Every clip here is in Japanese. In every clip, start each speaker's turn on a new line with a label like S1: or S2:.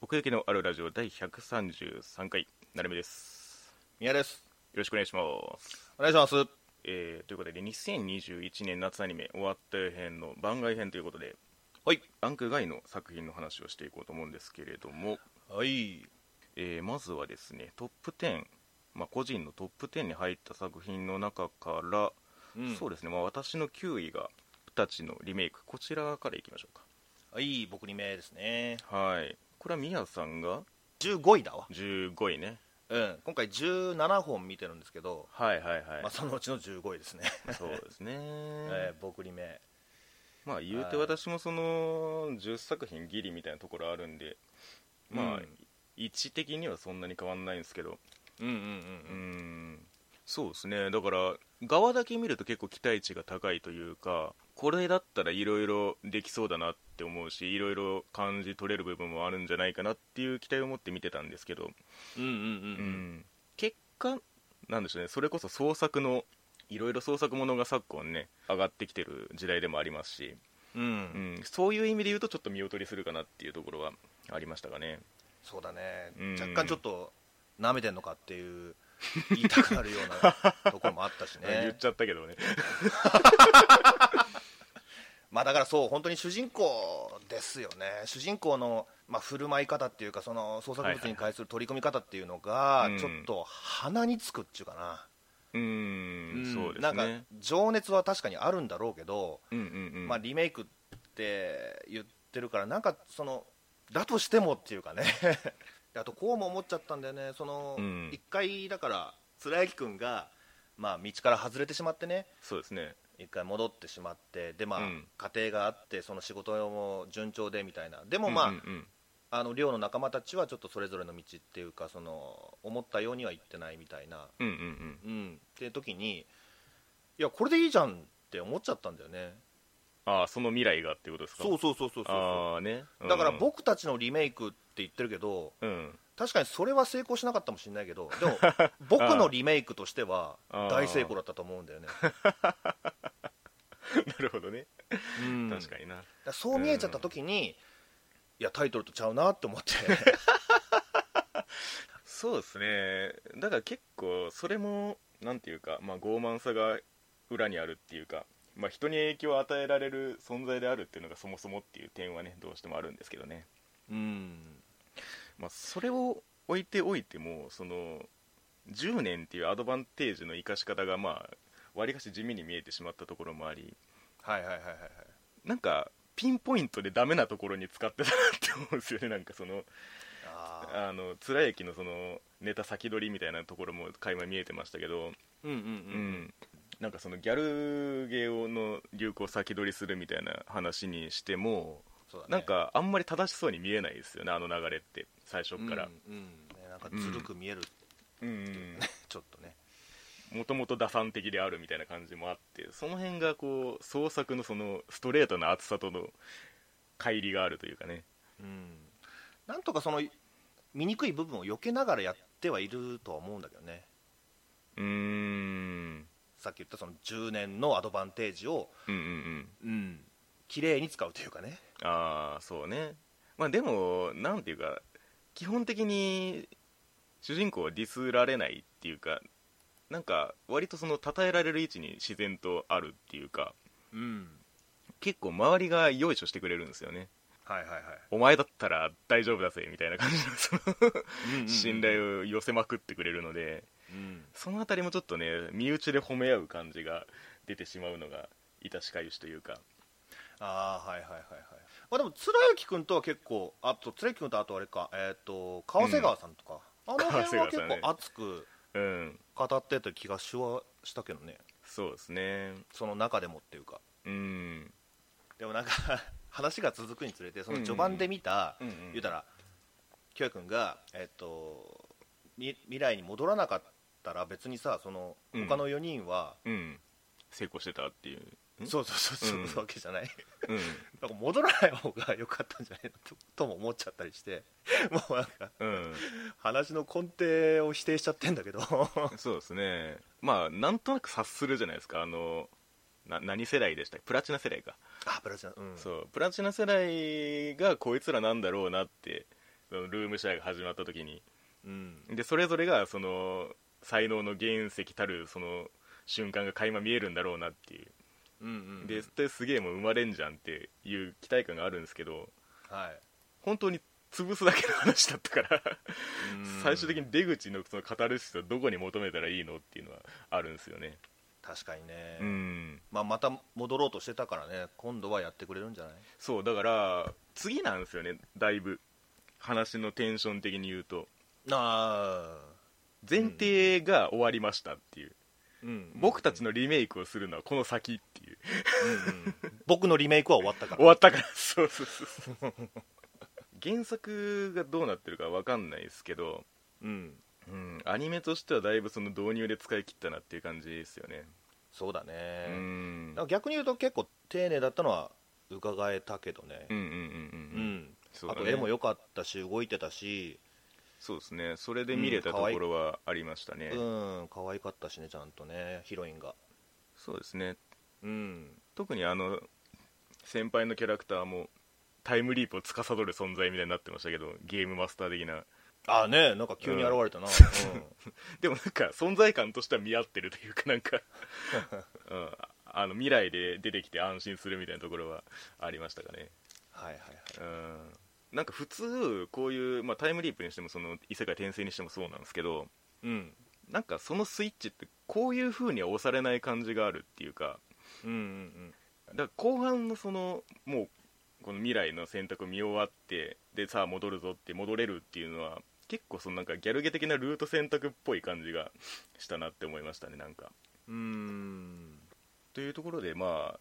S1: 奥行きのあるラジオ第133回なるみです
S2: 宮です
S1: よろしくお願いします、
S2: お願いします
S1: えーということで2021年夏アニメ終わった編の番外編ということで
S2: はい
S1: ランク外の作品の話をしていこうと思うんですけれども、
S2: はい
S1: えーまずはですねトップ10、まあ、個人のトップ10に入った作品の中から、そう
S2: で
S1: ですね、まあ、私の9位が「二十歳のリメイク」こちらからいきましょう
S2: すはい僕2名ですね
S1: かはいこれはみやさんが
S2: 15位だわ
S1: 15位ね
S2: うん今回17本見てるんですけど、
S1: はいはいはい、
S2: まあ、そのうちの15位ですね、
S1: そうですね、
S2: えー僕2名
S1: まあ言うて私もその10作品ギリみたいなところあるんでまあ、
S2: うん
S1: 位置的にはそんなに変わんないんですけど
S2: うんうん
S1: うんそうですねだから側だけ見ると結構期待値が高いというかこれだったらいろいろできそうだなって思うしいろいろ感じ取れる部分もあるんじゃないかなっていう期待を持って見てたんですけど、
S2: うんうん
S1: うん結果なんでしょうねそれこそ創作のいろいろ創作ものが昨今ね上がってきてる時代でもありますし、
S2: うんうんうん
S1: うん、そういう意味で言うとちょっと見劣りするかなっていうところはありましたかね
S2: そうだね、
S1: うん
S2: 若干ちょっとなめてんのかっていう言いたくなるようなところもあった し
S1: 言っ
S2: ね
S1: ちゃったけどね
S2: まあだからそう本当に主人公ですよね主人公の、まあ、振る舞い方っていうかその創作物に対する取り組み方っていうのが
S1: うん
S2: ちょっと鼻につくっていうかな、
S1: うーんそうですね
S2: なんか情熱は確かにあるんだろうけど、
S1: うんうんうん
S2: まあ、リメイクって言ってるからなんかそのだとしてもっていうかね であとこうも思っちゃったんだよねその、
S1: うん
S2: 一回だから貫之君が、まあ、道から外れてしまってね
S1: そうですね
S2: 一回戻ってしまってでまあ、
S1: うん
S2: 家庭があってその仕事も順調でみたいなでもまあ、
S1: うんうん
S2: あの寮の仲間たちはちょっとそれぞれの道っていうかその思ったようにはいってないみたいな
S1: うんうんうん
S2: うん、って時にいやこれでいいじゃんって思っちゃったんだよね
S1: ああその未来がっていうことですか
S2: そうそうそうそうそ
S1: ああね、
S2: うだから僕たちのリメイクって言ってるけど
S1: うん
S2: 確かにそれは成功しなかったかもしれないけど でも僕のリメイクとしては
S1: あー
S2: 大成功だったと思うんだよね、
S1: なるほどね、
S2: うん
S1: 確か
S2: だ
S1: にな
S2: らそう見えちゃった時に、いやタイトルとちゃうなって思って
S1: そうですねだから結構それもなんていうか、まあ、傲慢さが裏にあるっていうか、まあ、人に影響を与えられる存在であるっていうのがそもそもっていう点はねどうしてもあるんですけどね
S2: うん
S1: まあ、それを置いておいてもその10年っていうアドバンテージの生かし方がまあわりかし地味に見えてしまったところもあり
S2: はいはいはいはいはい
S1: なんかピンポイントでダメなところに使ってたなって思うんですよね なんかその
S2: あー
S1: あの貫之のそのネタ先取りみたいなところも垣間見えてましたけど、
S2: うん
S1: うん
S2: うんうん
S1: なんかそのギャルゲーの流行を先取りするみたいな話にしても
S2: そうだね
S1: なんかあんまり正しそうに見えないですよねあの流れって最初っから、
S2: うんうんねなんかずるく見える、
S1: うん
S2: ちょっとね
S1: もともと打算的であるみたいな感じもあってその辺がこう創作のそのストレートな厚さとの乖離があるというかね
S2: うんなんとかその醜い部分を避けながらやってはいるとは思うんだけどね
S1: うーん
S2: さっき言ったその10年のアドバンテージを
S1: うんうんうん
S2: うん綺麗に使うというかね
S1: ああそうねまあでもなんていうか基本的に主人公はディスられないっていうかなんか割とその称えられる位置に自然とあるっていうか
S2: うん
S1: 結構周りがよいしょしてくれるんですよね
S2: はいはいはい、
S1: お前だったら大丈夫だぜみたいな感じのその信
S2: を、
S1: 頼を寄せまくってくれるので
S2: うん
S1: そのあたりもちょっとね身内で褒め合う感じが出てしまうのが致しかゆしというか
S2: ああはいはいはいはいまあでも貫之君とは結構あと貫之君とあとあれかえっ、と川瀬川さんとか、あの辺は
S1: 川瀬
S2: 結
S1: 川さんね
S2: 構熱く
S1: うん
S2: 語ってた気がしはしたけどね
S1: そうですね
S2: その中でもっていうか
S1: うん
S2: でもなんか 話が続くにつれてその序盤で見た、
S1: うんうんうんうん
S2: 言うたらキョエ君が、えっとみ未来に戻らなかったら別にさその
S1: うん
S2: 他の4人は、
S1: うん成功してたっていう
S2: そうそうそうそう
S1: うん
S2: そうわけじゃない
S1: うん
S2: なんか戻らない方が良かったんじゃないのととも思っちゃったりしてもうなんか
S1: うん
S2: 話の根底を否定しちゃってんだけど
S1: そうですねまあなんとなく察するじゃないですかあのな何世代でしたっけプラチナ世代か、
S2: あプラチナうん
S1: そうプラチナ世代がこいつらなんだろうなってそのルームシェアが始まった時に
S2: うん
S1: でそれぞれがその才能の原石たるその瞬間が垣間見えるんだろうなっていう
S2: うんうん
S1: でですげえもう生まれんじゃんっていう期待感があるんですけど
S2: はい
S1: 本当に潰すだけの話だったから
S2: うん
S1: 最終的に出口のその語る人をどこに求めたらいいのっていうのはあるんですよね
S2: 確かにね、
S1: うん
S2: まあ、また戻ろうとしてたからね今度はやってくれるんじゃない
S1: そうだから次なんですよねだいぶ話のテンション的に言うと
S2: あ
S1: 前提が終わりましたっていう、
S2: うん
S1: 僕たちのリメイクをするのはこの先っていう、
S2: うんうん僕のリメイクは終わったから
S1: 終わったからそうそうそう そう原作がどうなってるかわかんないですけど、
S2: うん
S1: うん、アニメとしてはだいぶその導入で使い切ったなっていう感じですよね
S2: そうだ
S1: う
S2: ね、
S1: ん
S2: だから逆に言うと結構丁寧だったのは伺えたけどね
S1: うんうんうん
S2: う、
S1: うんんそう
S2: あ
S1: だね
S2: と絵も良かったし動いてたし
S1: そうですねそれで見れたところはありましたね、
S2: うん可愛かったしねちゃんとねヒロインが
S1: そうですね
S2: うん
S1: 特にあの先輩のキャラクターもタイムリープを司る存在みたいになってましたけどゲームマスター的な
S2: ああねなんか急に現れたな、
S1: でもなんか存在感としては見合ってるというかなんか、 うん、あの未来で出てきて安心するみたいなところはありましたかね
S2: はいはいはい
S1: うんなんか普通こういう、まあ、タイムリープにしてもその異世界転生にしてもそうなんですけど
S2: うん
S1: なんかそのスイッチってこういう風には押されない感じがあるっていうか
S2: うんうん
S1: だから後半のそのもうこの未来の選択を見終わってでさあ戻るぞって戻れるっていうのは結構そのなんかギャルゲ的なルート選択っぽい感じがしたなって思いましたねなんか
S2: うんうん
S1: というところでまあ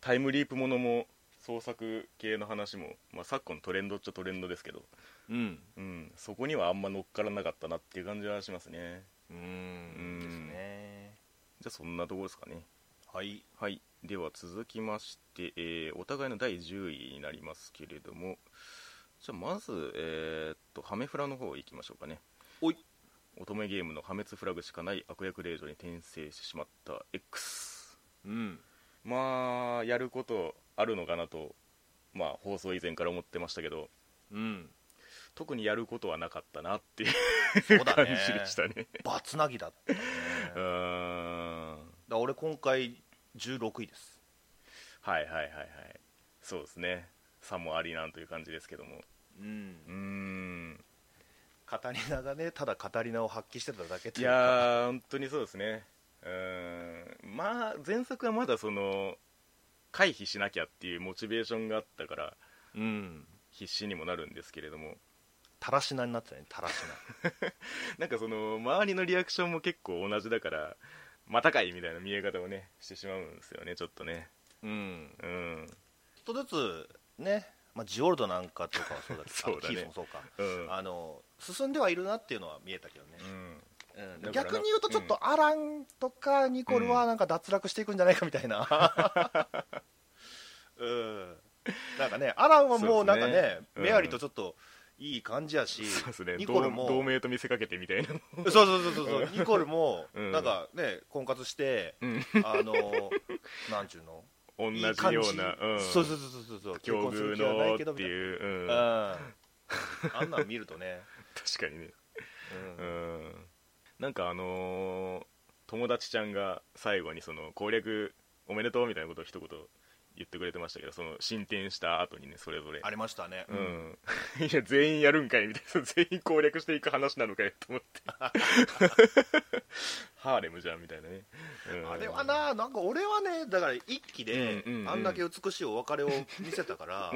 S1: タイムリープものも創作系の話も、まあ、昨今トレンドっちゃトレンドですけど、
S2: うん
S1: うん、そこにはあんま乗っからなかったなっていう感じはしますね
S2: う
S1: うん
S2: んですね
S1: じゃあそんなところですかね
S2: はい
S1: はいでは続きまして、えーお互いの第10位になりますけれどもじゃあまず、えーっとハメフラの方行きましょうかね
S2: おい
S1: 乙女ゲームの破滅フラグしかない悪役令嬢に転生してしまった X
S2: うん
S1: まあやることあるのかなとまあ放送以前から思ってましたけど
S2: うん
S1: 特にやることはなかったなっていう
S2: そうだ
S1: 感
S2: ね
S1: じでしたね
S2: バツナギだったねだ
S1: う
S2: か
S1: ーん
S2: ら俺今回16位です
S1: はいはいはいはいそうですね差もありなんという感じですけども
S2: うん
S1: うーん
S2: カタリナがねただカタリナを発揮してただけと
S1: い
S2: いうか
S1: やー本当にそうですねうーんまあ前作はまだその回避しなきゃっていうモチベーションがあったから
S2: うん
S1: 必死にもなるんですけれども
S2: たらしなになってたねたらし
S1: なんかその周りのリアクションも結構同じだからまたかいみたいな見え方をねしてしまうんですよねちょっとね
S2: なうん
S1: うん
S2: ちょっとずつね、まあ、ジオルドなんかとかはそうだけど
S1: そうだね
S2: あキースもそうか、
S1: うん
S2: あの進んではいるなっていうのは見えたけどね
S1: う、ん
S2: うん
S1: だから
S2: 逆に言うとちょっとアランとかニコルはなんか脱落していくんじゃないかみたいな、 うんなんかねアランはもうなんかね
S1: そうですねうん
S2: メアリーとちょっといい感じやし、
S1: そうですね
S2: ニコル
S1: 同
S2: も
S1: 同盟と見せかけてみたいな
S2: そうそうそうそうそうニコルも
S1: うん
S2: なんかね婚活して、
S1: うん
S2: あの なんちゅうの
S1: 同じ
S2: いい感じ
S1: ような、うん、
S2: そうそうそうそうそう
S1: 境
S2: 結婚す
S1: 遇
S2: る気はない
S1: の
S2: けど
S1: っ
S2: み
S1: て
S2: たいな
S1: いう、うん、確
S2: ああんなん見るとね、
S1: かにね、
S2: う
S1: うんん、なんかあのー友達ちゃんが最後にその攻略おめでとうみたいなことを一言言ってくれてましたけどその進展した後にねそれぞれ
S2: ありましたね、
S1: うん いや全員やるんかいみたいな全員攻略していく話なのかよと思って ハーレムじゃんみたいなね、うん
S2: あれはななんか俺はねだから一期で
S1: うんうんうん
S2: あんだけ美しいお別れを見せたから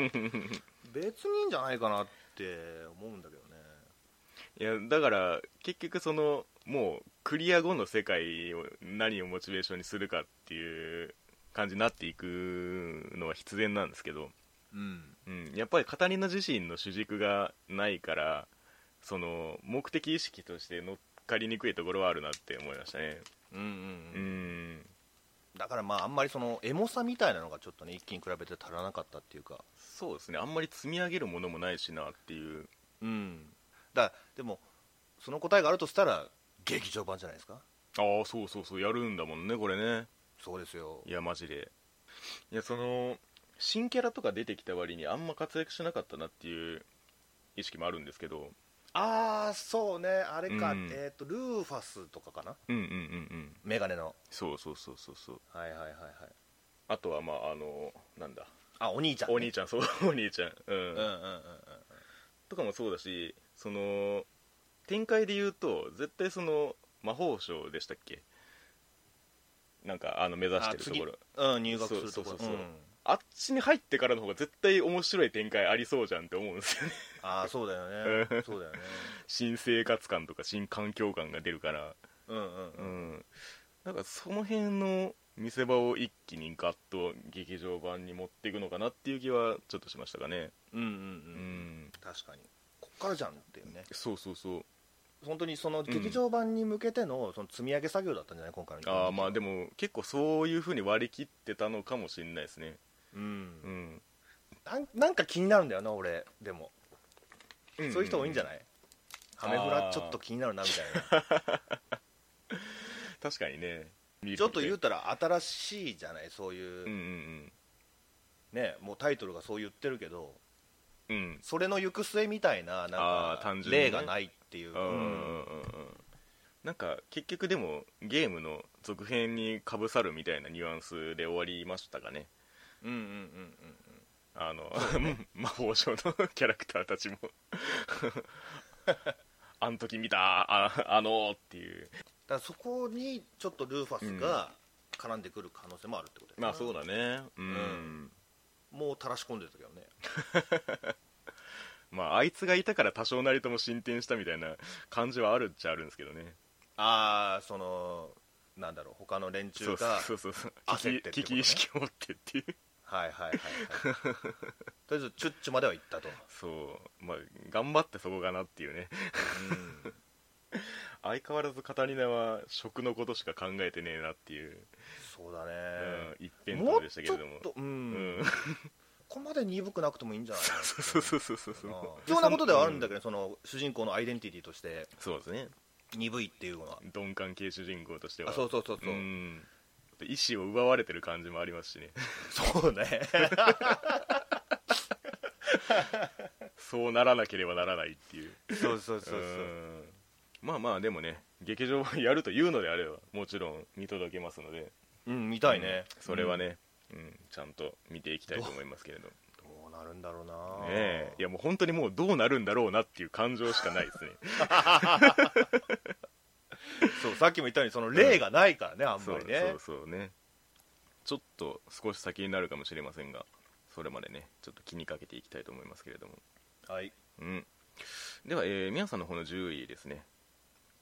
S2: 別にいいんじゃないかなって思うんだけどね
S1: いやだから結局そのもうクリア後の世界を何をモチベーションにするかっていう感じになっていくのは必然なんですけど、
S2: うん
S1: うん、やっぱりカタリナ自身の主軸がないからその目的意識として乗っかりにくいところはあるなって思いましたね
S2: うんうん
S1: う
S2: うん
S1: ん
S2: だからまああんまりそのエモさみたいなのがちょっとね一気に比べて足らなかったっていうか
S1: そうですねあんまり積み上げるものもないしなっていう
S2: うんだでもその答えがあるとしたら劇場版じゃないですか
S1: ああそうそうそうやるんだもんねこれね
S2: そうですよ
S1: いやマジでいやその新キャラとか出てきた割にあんま活躍しなかったなっていう意識もあるんですけど
S2: ああそうねあれか、
S1: うん
S2: えっ、とルーファスとかかな
S1: うんうんうんうん
S2: メガネの
S1: そうそうそうそうそう
S2: はいはいはいはい
S1: あとはまああのなんだ
S2: あお兄ちゃんね、
S1: お兄ちゃんそう お兄ちゃんうん、
S2: うんうんうんうん
S1: とかもそうだしその展開で言うと絶対その魔法省でしたっけなんかあの目指してるところ
S2: ろうん入学するとこ
S1: そうそうそう
S2: ろ
S1: そう
S2: うん
S1: あっちに入ってからの方が絶対面白い展開ありそうじゃんって思うんですよね
S2: ああそうだよねそうだよね
S1: 新生活感とか新環境感が出るから
S2: うんうん
S1: う
S2: うん
S1: んなんかその辺の見せ場を一気にガッと劇場版に持っていくのかなっていう気はちょっとしましたかね
S2: うんうんう
S1: うんん
S2: 確かにこっからじゃんっていうね
S1: そうそうそう
S2: 本当にその劇場版に向けてのその積み上げ作業だったんじゃない今回の
S1: ああまあでも結構そういう風に割り切ってたのかもしれないですね
S2: う
S1: うんん
S2: なんなんか気になるんだよな俺でもそういう人多いんじゃ
S1: い
S2: ないハメフラちょっと気になるなみたいな
S1: 確かにね見る
S2: ちょっと言うたら新しいじゃないそういう、
S1: うんうん
S2: ねもうタイトルがそう言ってるけど
S1: うんうん
S2: それの行く末みたいななん
S1: あ
S2: か
S1: ー単純にね
S2: 例がないっていう、
S1: うんうんうんうんなんか結局でもゲームの続編にかぶさるみたいなニュアンスで終わりましたかね
S2: うんうんうんうん
S1: あの、 魔法省のキャラクターたちも あん時見たああのーっていう
S2: だからそこにちょっとルーファスが絡んでくる可能性もあるってことだよね
S1: まあそうだねうん、
S2: んもう垂らし込んでたけどね
S1: まああいつがいたから多少なりとも進展したみたいな感じはあるっちゃあるんですけどね
S2: ああそのなんだろう他の連
S1: そ
S2: 中
S1: う
S2: が
S1: そうそうそう
S2: 焦ってってことね
S1: 危機危機意識を持ってっていう
S2: はいはいはい、はい、とりあえずチュッチュまでは行ったと、
S1: そうまあ頑張ってそこかなっていうね
S2: うん
S1: 相変わらずカタリナは食のことしか考えてねえなっていう、
S2: そうだね、
S1: うん、一辺
S2: も
S1: 倒
S2: う
S1: でし
S2: ち
S1: た
S2: ょ
S1: けれども
S2: っと、うん
S1: うん、
S2: ここまで鈍くなくてもいいんじゃない
S1: そうそうそうそうそ
S2: か
S1: う
S2: な必要なことではあるんだけど、その主人公のアイデンティティとして
S1: そうですね
S2: 鈍いっていうのは
S1: 鈍感系主人公としては
S2: あそうそうそうそう、
S1: ん意思を奪われてる感じもありますしね
S2: そう ね
S1: そうならなければならないっていう
S2: そうそうそうそう、
S1: んまあまあでもね劇場版やるというのであればもちろん 見届けますので
S2: うん、見たいね、
S1: うんそれはね、うんちゃんと見ていきたいと思いますけれどね
S2: どうなるんだろうな
S1: えいやもう本当にもうどうなるんだろうなっていう感情しかない ですね
S2: そうさっきも言ったようにその例がないからね、あん
S1: そ
S2: ま
S1: う
S2: りね
S1: そうそうねちょっと少し先になるかもしれませんがそれまでねちょっと気にかけていきたいと思いますけれども
S2: はい
S1: うんでは、えー、皆さんの方の10位ですね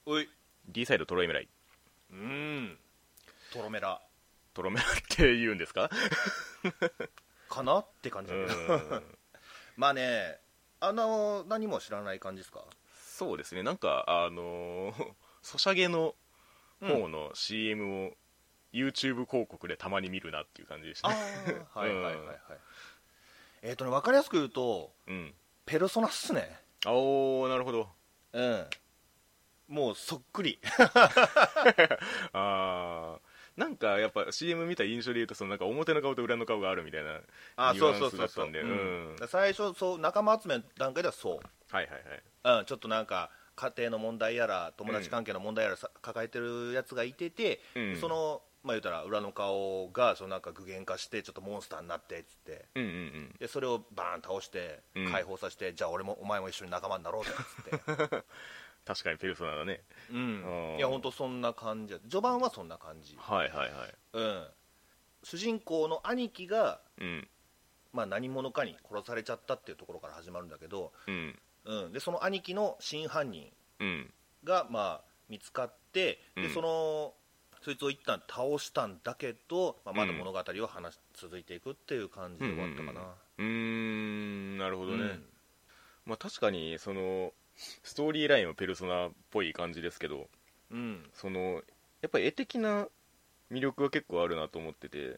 S2: おい
S1: D サイドトロイメライ
S2: うんトロメラ
S1: トロメラって言うんですか
S2: かなって感じ
S1: う
S2: だけど
S1: ん
S2: まあねあの何も知らない感じですか
S1: そうですねなんかあのーソシャゲの方の CM を YouTube 広告でたまに見るなっていう感じでした
S2: あ
S1: ね
S2: あはいはいはいはい、
S1: うん
S2: えっ、とね分かりやすく言うと
S1: うん
S2: ペルソナっすね
S1: あおーなるほど
S2: うんもうそっくり
S1: あーなんかやっぱ CM 見た印象で言うとそのなんか表の顔と裏の顔があるみたいな
S2: あ
S1: ニュ
S2: そ
S1: ア
S2: う
S1: ン
S2: そう
S1: ス
S2: そ
S1: だ
S2: う
S1: っ
S2: そ
S1: た
S2: う、
S1: んで
S2: う
S1: うんん
S2: 最初そう仲間集めの段階ではそう
S1: はいはいはい
S2: うん、ちょっとなんか家庭の問題やら友達関係の問題やらさ、抱えてるやつがいてて、
S1: うん
S2: その、まあ、言うたら裏の顔がそのなんか具現化してちょっとモンスターになってっつって
S1: うんうんうん
S2: でそれをバーン倒して
S1: うん
S2: 解放させて、じゃあ俺もお前も一緒に仲間になろうぜ っつって、
S1: 確かにペルソナだね
S2: うん
S1: あー
S2: いや本当そんな感じや序盤はそんな感じ、
S1: はいはいはい
S2: うん、主人公の兄貴が、
S1: うん
S2: まあ、何者かに殺されちゃったっていうところから始まるんだけど、
S1: うん
S2: うん、でその兄貴の真犯人
S1: うん
S2: が、まあ、見つかって、
S1: うん
S2: でそのそいつを一旦倒したんだけど、まあ、まだ物語を話し続いていくっていう感じで終わったかな、
S1: うーんなるほ
S2: う
S1: どね、まあ、確かにそのストーリーラインはペルソナっぽい感じですけど
S2: うん
S1: そのやっぱり絵的な魅力は結構あるなと思ってて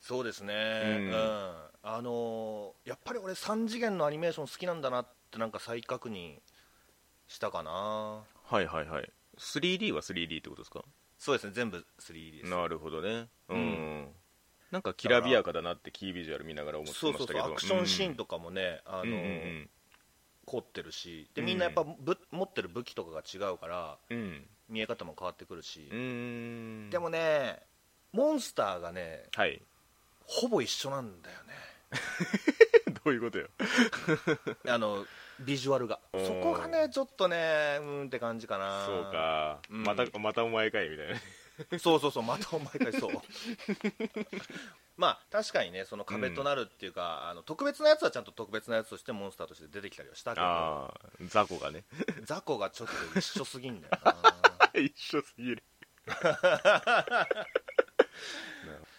S2: そうですね、
S1: う
S2: うんんあのーやっぱり俺3次元のアニメーション好きなんだなってなんか再確認したかな
S1: はいはいはい 3D は 3D ってことですか
S2: そうですね全部 3D です
S1: なるほどねうん、
S2: うん
S1: なんかきらびやかだなってキービジュアル見ながら思って
S2: そう
S1: ま
S2: そ
S1: し
S2: う
S1: たけ
S2: そ
S1: ど
S2: うアクションシーンとかもね、あの
S1: うんうんうん
S2: ー凝ってるしで
S1: うん
S2: みんなやっぱぶ、持ってる武器とかが違うから
S1: うん
S2: 見え方も変わってくるし
S1: う、ーん
S2: でもねモンスターがね
S1: はい
S2: ほぼ一緒なんだよ
S1: どういうことよ。
S2: ねあのビジュアルが
S1: うん
S2: そこがねちょっとねうーんって感じかな
S1: そうか、
S2: うん
S1: またまたお前かいみたいなね。
S2: そうそうそうまたお前かいそう まあ確かにねその壁となるっていうか、あの特別なやつはちゃんと特別なやつとしてモンスターとして出てきたりはしたけど
S1: ああ、雑魚がね。
S2: 雑魚がちょっと一緒すぎんだよ
S1: 一緒すぎる。
S2: な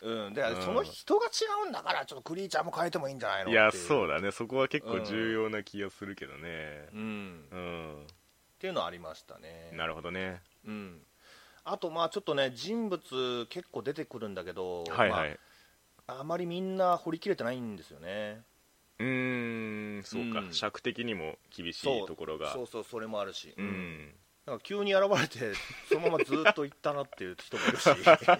S2: うんで、
S1: うん
S2: その人が違うんだからちょっとクリーチャーも変えてもいいんじゃないの
S1: いや、
S2: っていう
S1: そうだね。そこは結構重要な気がするけどね。
S2: うんっ
S1: うん。
S2: ていうのはありましたね
S1: なるほどね。
S2: うん、あと、まあちょっとね人物結構出てくるんだけど、
S1: はいはい。
S2: まあ、あまりみんな掘り切れてないんですよね
S1: うーん、そう
S2: う
S1: か。
S2: ん
S1: 尺的にも厳し
S2: そ
S1: いうところが
S2: そう。そうそれもあるし、
S1: うん。
S2: なんか急に現 れてそのままずっと行ったなっていう人もいるしだか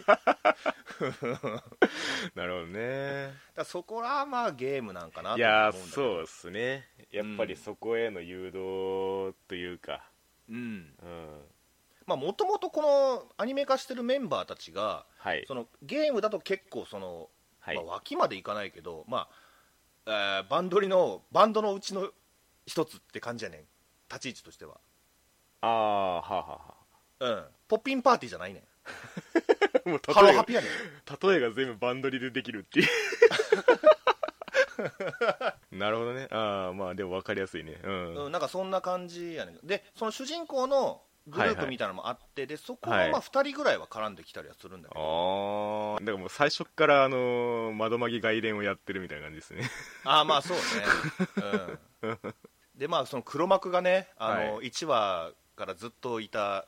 S1: なるほどね。
S2: らそこはまあゲームなんかなと思うん
S1: い
S2: だ
S1: や
S2: けど
S1: そうですね。やっぱりそこへの誘導というか。
S2: うん
S1: うん。
S2: まあもともとこのアニメ化してるメンバーたちが
S1: はい
S2: そ。のゲームだと結構その、
S1: はい
S2: まあ、。脇までいかないけど、まあえーバンドリのバンドのうちの一つって感じやねん立ち位置としては
S1: ああ、はあはあは
S2: うん、ポッピンパーティーじゃないねん
S1: あ。もう
S2: ハロー
S1: 例え
S2: ハ
S1: が、
S2: ピやねん
S1: 例えが全部バンドリでできるって いうなるほどねああまあでも分かりやすいねうん、
S2: うん、なんかそんな感じやねんでその主人公のグループみたいなのもあって、でそこ
S1: は
S2: が
S1: い
S2: まあ2人ぐらいは絡んできたりはするんだけど、
S1: ああだからもう最初っからあのー窓まぎ外伝をやってるみたいな感じですね
S2: ああまあそうね、うん、 でまあその黒幕がねあの、
S1: は
S2: 1話からずっといた、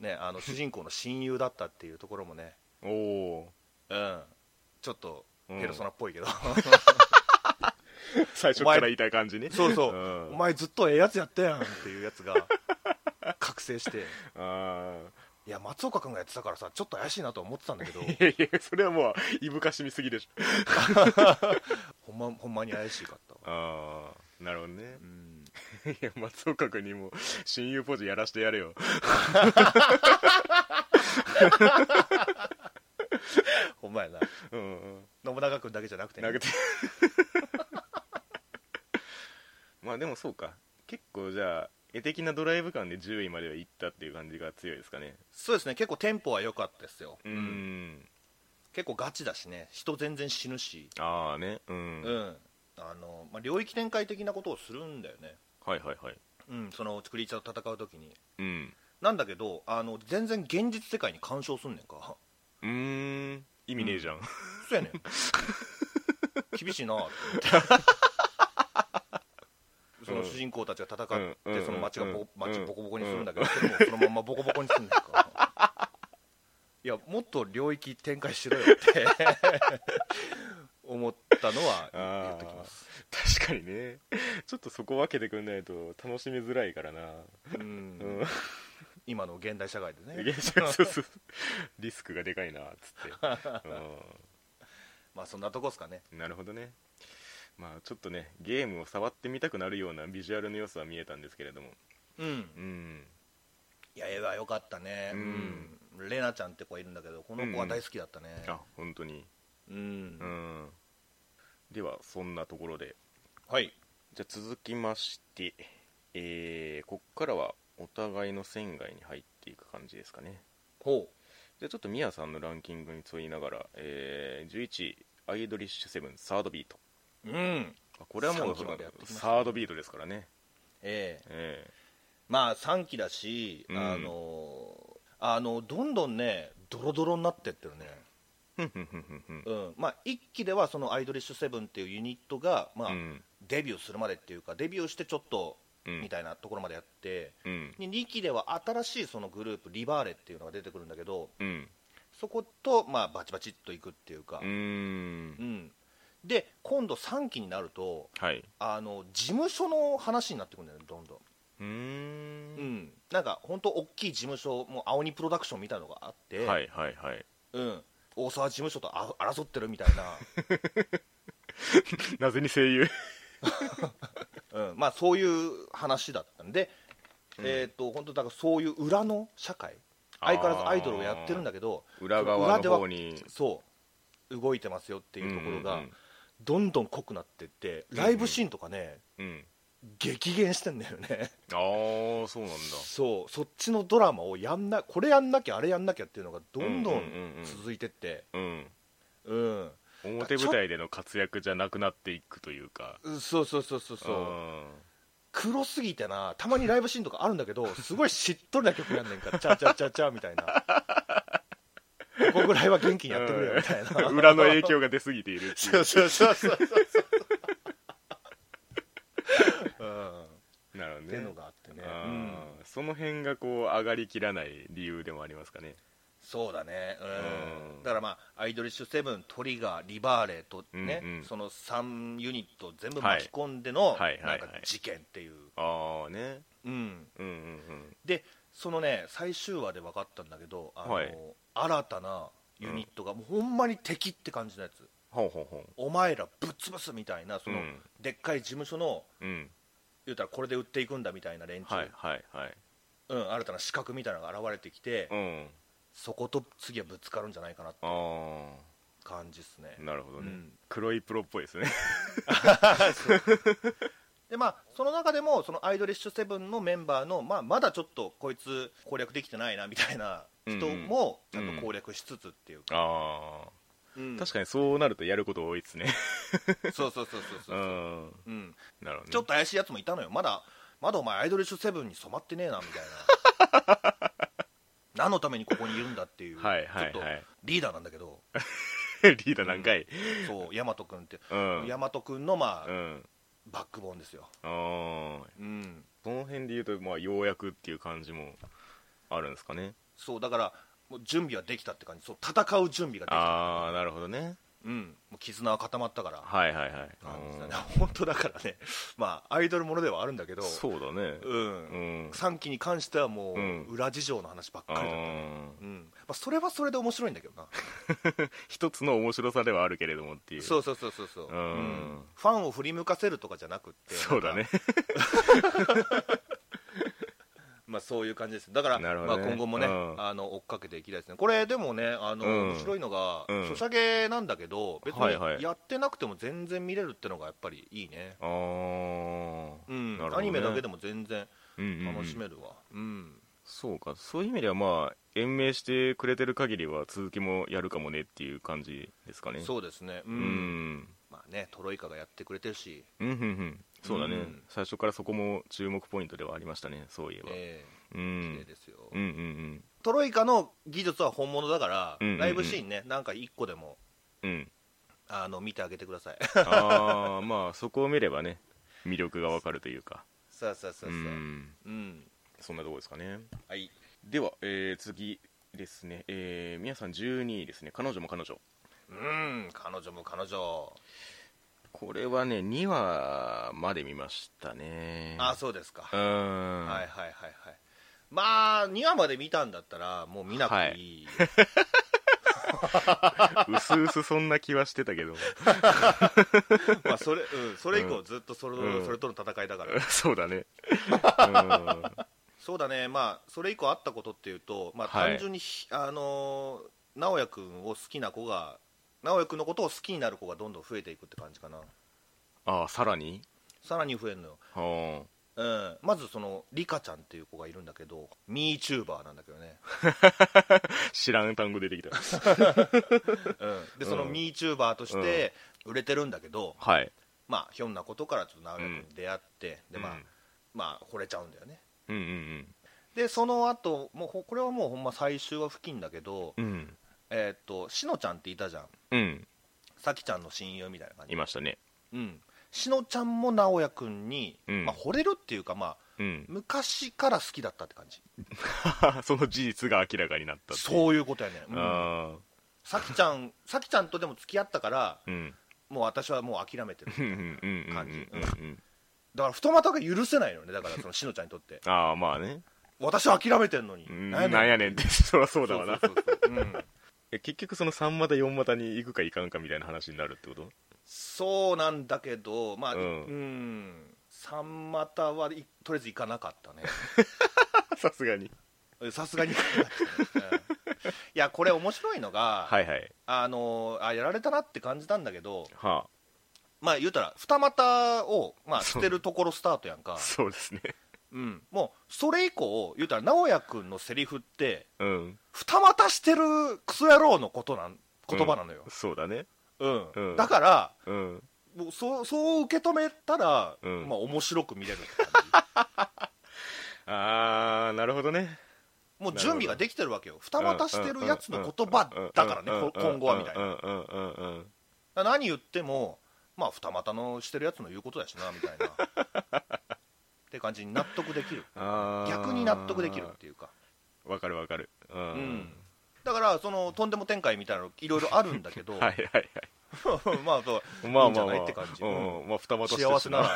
S2: ね、あの主人公の親友だったっていうところもね、
S1: おお
S2: うん、ちょっとペルソナっぽいけど、
S1: ー 最初っからいた感じね
S2: そうそう、
S1: うん
S2: お前ずっとええやつやったやんっていうやつが覚醒して
S1: あ
S2: いや松岡君がやってたからさちょっと怪しいなとは思ってたんだけど
S1: あいやいやそれはもういぶかしみすぎでしょ
S2: ほんまほんまに怪しかったわ
S1: ああなるほどね
S2: うん
S1: いや松岡君にも親友ポジやらしてやれよ
S2: ほんまやな
S1: うんうん
S2: 信長君だけじゃなくてね、
S1: 投げて まあでもそうか結構じゃあ絵的なドライブ感で10位まではいったっていう感じが強いですかね
S2: そうですね結構テンポは良かったですよ、
S1: うん、
S2: 結構ガチだしね人全然死ぬし
S1: ああねうん、
S2: うん、あのまあ、領域展開的なことをするんだよね
S1: はいはいはい
S2: うんそのクリーチャーと戦う時に
S1: うん
S2: なんだけどあの全然現実世界に干渉すんねんか
S1: うーん意味ねえじゃん、
S2: そうやねん 厳しいなってその主人公たちが戦っ
S1: うんう
S2: て
S1: ん
S2: その街が
S1: う
S2: ボ
S1: ん
S2: 街ボコボコにするんだけどそれもそのまんまボコボコにすんねんか いやもっと領域展開しろよって 思ったのは言っときます
S1: 確かにねちょっとそこ分けてくんないと楽しみづらいからな
S2: う
S1: うんん
S2: 今の現代社会でね、
S1: 現象そうそうリスクがでかいなっつって うん
S2: まあ、そんなとこですかね、
S1: なるほどねまあちょっとねゲームを触ってみたくなるようなビジュアルの要素は見えたんですけれども
S2: うん、
S1: うん
S2: いや映画良かったね、
S1: うん
S2: うんレナちゃんって子がいるんだけどこの子は大好きだったね、
S1: あ本当に
S2: うん
S1: うんではそんなところで
S2: はい
S1: じゃあ続きましてえー、こっからはお互いの線外に入っていく感じですかね
S2: ほ
S1: じゃあちょっとミヤさんのランキングに沿いながら、えー、11位アイドリッシュセブンサードビート
S2: ううん
S1: あこれはもう
S2: 3期までやってきましたね
S1: サードビートですからね
S2: ええ
S1: え
S2: まあ3期だし、
S1: うん
S2: あのあのどんどんねドロドロになってってるね、
S1: えふんふんふんふんふん
S2: うんまあ、1期ではそのアイドリッシュセブンっていうユニットが、まあ
S1: うん
S2: デビューするまでっていうかデビューしてちょっと
S1: うん
S2: みたいなところまでやって、
S1: うん
S2: で2期では新しいそのグループリバーレっていうのが出てくるんだけど
S1: うん
S2: そこと、まあ、バチバチっといくっていうか、
S1: うーん
S2: うんで今度3期になると
S1: はい
S2: あの事務所の話になってくるんだよねどんどん。
S1: うー
S2: うんん、なんか本当大きい事務所もう青鬼プロダクションみたいなのがあって、
S1: はいはいはい
S2: うん、大沢事務所とあ争ってるみたいな
S1: なぜに声優
S2: うんまあ、そういう話だったんで、
S1: うん
S2: えー、と本当だからそういう裏の社会
S1: あー
S2: 相変わらずアイドルをやってるんだけど
S1: 裏側の方
S2: 裏
S1: に
S2: ではそう動いてますよっていうところが、
S1: うんうん
S2: どんどん濃くなってってライブシーンとかね、
S1: うんうん
S2: 激減してんだよね
S1: ああそうなんだ
S2: そうそっちのドラマをやんなこれやんなきゃあれやんなきゃっていうのがどんど
S1: うん
S2: ん
S1: うんうんうん
S2: 続いてって
S1: うん
S2: うん、
S1: 表舞台での活躍じゃなくなっていくというか
S2: そうそうそうそうそう、黒すぎてなたまにライブシーンとかあるんだけど すごいしっとりな曲やんねんからチャチャチャチャみたいなここぐらいは元気にやってくれよみたいな、
S1: うん 裏の影響が出過ぎているってい
S2: そうそうそうそうそううん、っ
S1: うなるほど
S2: て
S1: ね
S2: のがあってね、
S1: あー
S2: うん
S1: その辺がこう上がりきらない理由でもありますかね
S2: そうだね、うん
S1: うん
S2: だからまあアイドリッシュセブントリガーリバーレとね、
S1: うんうん
S2: その3ユニット全部
S1: はい
S2: 巻き込んでの
S1: はい
S2: な
S1: は
S2: ん
S1: い
S2: か
S1: はい
S2: 事件っていう、
S1: ああね
S2: うん、
S1: うんうん
S2: でそのね最終話で分かったんだけどあの、
S1: はい
S2: 新たなユニットが、もうほんまに敵って感じのやつ
S1: ほうほうほ
S2: お前らぶっ潰すみたいなその、
S1: うん
S2: でっかい事務所の
S1: ううん
S2: 言うたらこれで売っていくんだみたいな連中、
S1: はいはいはい
S2: うん、新たな資格みたいなのが現れてきて、
S1: うん
S2: そこと次はぶつかるんじゃないかなって
S1: あ
S2: 感じですね
S1: あなるほどね、
S2: うん
S1: 黒いプロっぽい ですね
S2: でまあその中でもそのアイドリッシュセブンのメンバーの、まあ、まだちょっとこいつ攻略できてないなみたいな人もちゃ
S1: うんうん
S2: んと攻略しつつっていうか、
S1: ああ
S2: うん
S1: 確かにそうなるとやること多いですね
S2: そうそうそうそう
S1: う
S2: そう、
S1: ん
S2: うん、
S1: なるほど、ね、
S2: ちょっと怪しいやつもいたのよ、まだ、まだお前、アイドルッシュセブンに染まってねえなみ たいな、何のためにここにいるんだっていう、
S1: はいはいはい
S2: ちょっとリーダーなんだけど、
S1: リーダー何回
S2: そう、大和君って、
S1: うん
S2: 大和君の、まあ
S1: うん
S2: バックボーンですよ、
S1: ああ
S2: うん、
S1: その辺で言うとまあようやくっていう感じもあるんですかね
S2: そう、だから、もう準備はできたって感じ、そう戦う準備ができた、
S1: ああなるほどね
S2: うん、もう絆は固まったから、
S1: はいはいはい
S2: 感じだね本当だからね、まあ、アイドルものではあるんだけど、
S1: そうだね
S2: うん
S1: うん
S2: 3期に関してはもう、
S1: うん
S2: 裏事情の話ばっか
S1: あ
S2: りだった、
S1: ー
S2: うんまあ、それはそれで面白いんだけどな。
S1: 一つの面白さではあるけれどもっていう
S2: そうそうそうそうそう、
S1: うん
S2: ファンを振り向かせるとかじゃなくって
S1: そうだ
S2: なん
S1: ね
S2: かまあ、そういう感じですだから、
S1: なるほ
S2: まあ、
S1: どね
S2: 今後もね、
S1: うん
S2: あの追っかけていきたいですねこれでもねあの、
S1: うん
S2: 面白いのが、
S1: うん
S2: ソシャゲなんだけど別
S1: はいはい
S2: にやってなくても全然見れるってのがやっぱりいいね
S1: あー
S2: うん
S1: なるほどね
S2: アニメだけでも全然
S1: うんうんう
S2: 楽し
S1: ん
S2: めるわうん、
S1: そうかそういう意味ではまあ延命してくれてる限りは続きもやるかもねっていう感じですかね
S2: そうですねうん、
S1: うん
S2: まあねトロイカがやってくれてるし、
S1: うんうんうんそうだね、
S2: うん
S1: 最初からそこも注目ポイントではありましたねそういえば、
S2: え
S1: う
S2: え綺麗
S1: ん
S2: ですよ、
S1: うんうん
S2: トロイカの技術は本物だから、
S1: うんうんうん
S2: ライブシーンねなんか1個でも
S1: うんうん
S2: あの見てあげてください
S1: ああまあそこを見ればね魅力がわかるというか
S2: そうそうそうそうう、
S1: ん
S2: うん、
S1: そんなとこですかね
S2: はい、
S1: では、えー次ですね、えー皆さん12位ですね彼女も彼女
S2: うん、彼女も彼女、
S1: これはね2話まで見ましたね
S2: あそうですか、
S1: う
S2: は
S1: ー
S2: い
S1: ん
S2: はいはいはい、まあ、2話まで見たんだったら、もう見なくていい、
S1: うすうすそんな気はしてたけ ど
S2: まあそ れうん、それ以降、ずっとそれ,、
S1: うん
S2: それとの戦いだから、
S1: そうだねうん
S2: そうだね、まあ、それ以降あったことっていうと、まあ、
S1: はい
S2: 単純にひ、あのー直哉君を好きな子が、直哉君のことを好きになる子がどんどん増えていくって感じかな、
S1: ああさらに
S2: さらに増えるのよ。
S1: は
S2: うん、まずそのリカちゃんっていう子がいるんだけどミーチューバーなんだけどね、
S1: あ知らん単語出てきた
S2: うん、でその
S1: うん
S2: ミーチューバーとして売れてるんだけど、
S1: はい
S2: まあ、ひょんなことからちょっと直哉君に出会って、でまあ
S1: うん
S2: まあ惚れちゃうんだよね
S1: うんうん
S2: でその後もうほこれはもうほんま最終話付近だけど、
S1: うんうん
S2: えーっとしのちゃんっていたじゃん
S1: うん
S2: さきちゃんの親友みたいな感
S1: い
S2: じ
S1: ましたね
S2: うんしのちゃんも直哉君に、
S1: うん
S2: まあ、惚れるっていうか、まあ、
S1: うん、
S2: 昔から好きだったって感じ
S1: その事実が明らかになったっていう
S2: そういうことやね、うん、
S1: あ
S2: さきちゃんさきちゃんとでも付き合ったから
S1: あうん
S2: もう私はもう諦めてる
S1: うんうんうんうん
S2: 感じ
S1: うんうん
S2: だから太股が許せないのねだからそのしのちゃんにとって
S1: ああまあね
S2: 私は諦めてんのに、
S1: うん
S2: なんやねん
S1: なんやねんってそりゃそうだわな
S2: そうそうそうそううん
S1: え結局その3股4股に行くか行かんかみたいな話になるってこと
S2: そうなんだけど、まあ、
S1: う
S2: うんん、三股はいとりあえず行かなかったね
S1: さすがに
S2: さすがに行かなかったね、うんいやこれ面白いのが、
S1: はいはい
S2: あのあやられたなって感じたんだけど
S1: は
S2: まあ言うたら二股を、まあ、捨てるところスタートやんか
S1: あ、そうですね
S2: うん、もうそれ以降言うたら直哉君のセリフって
S1: うん
S2: 二股してるクソ野郎のことなん言葉なのよ、
S1: そうだね
S2: うん
S1: うん
S2: だから
S1: うん
S2: もうそうそう受け止めたら、
S1: うん
S2: まあ、面白く見れるって感じ
S1: ああなるほどね
S2: もう準備ができてるわけよ二股してるやつの言葉だからねこ今後はみたいな
S1: なうんうんうんうん
S2: だから何言っても、まあ、二股のしてるやつの言うことだしなみたいなって感じに納得できる
S1: あー
S2: 逆に納得できるっていうか
S1: わかるわかるう
S2: うんだからそのとんでも展開みたいなのいろいろあるんだけど、
S1: はいはいはい
S2: まあそう
S1: まあ
S2: いいんじ
S1: ま
S2: ゃ
S1: あま
S2: な
S1: あ
S2: いって感じ
S1: うんまあ二股して
S2: 幸せなら、うん、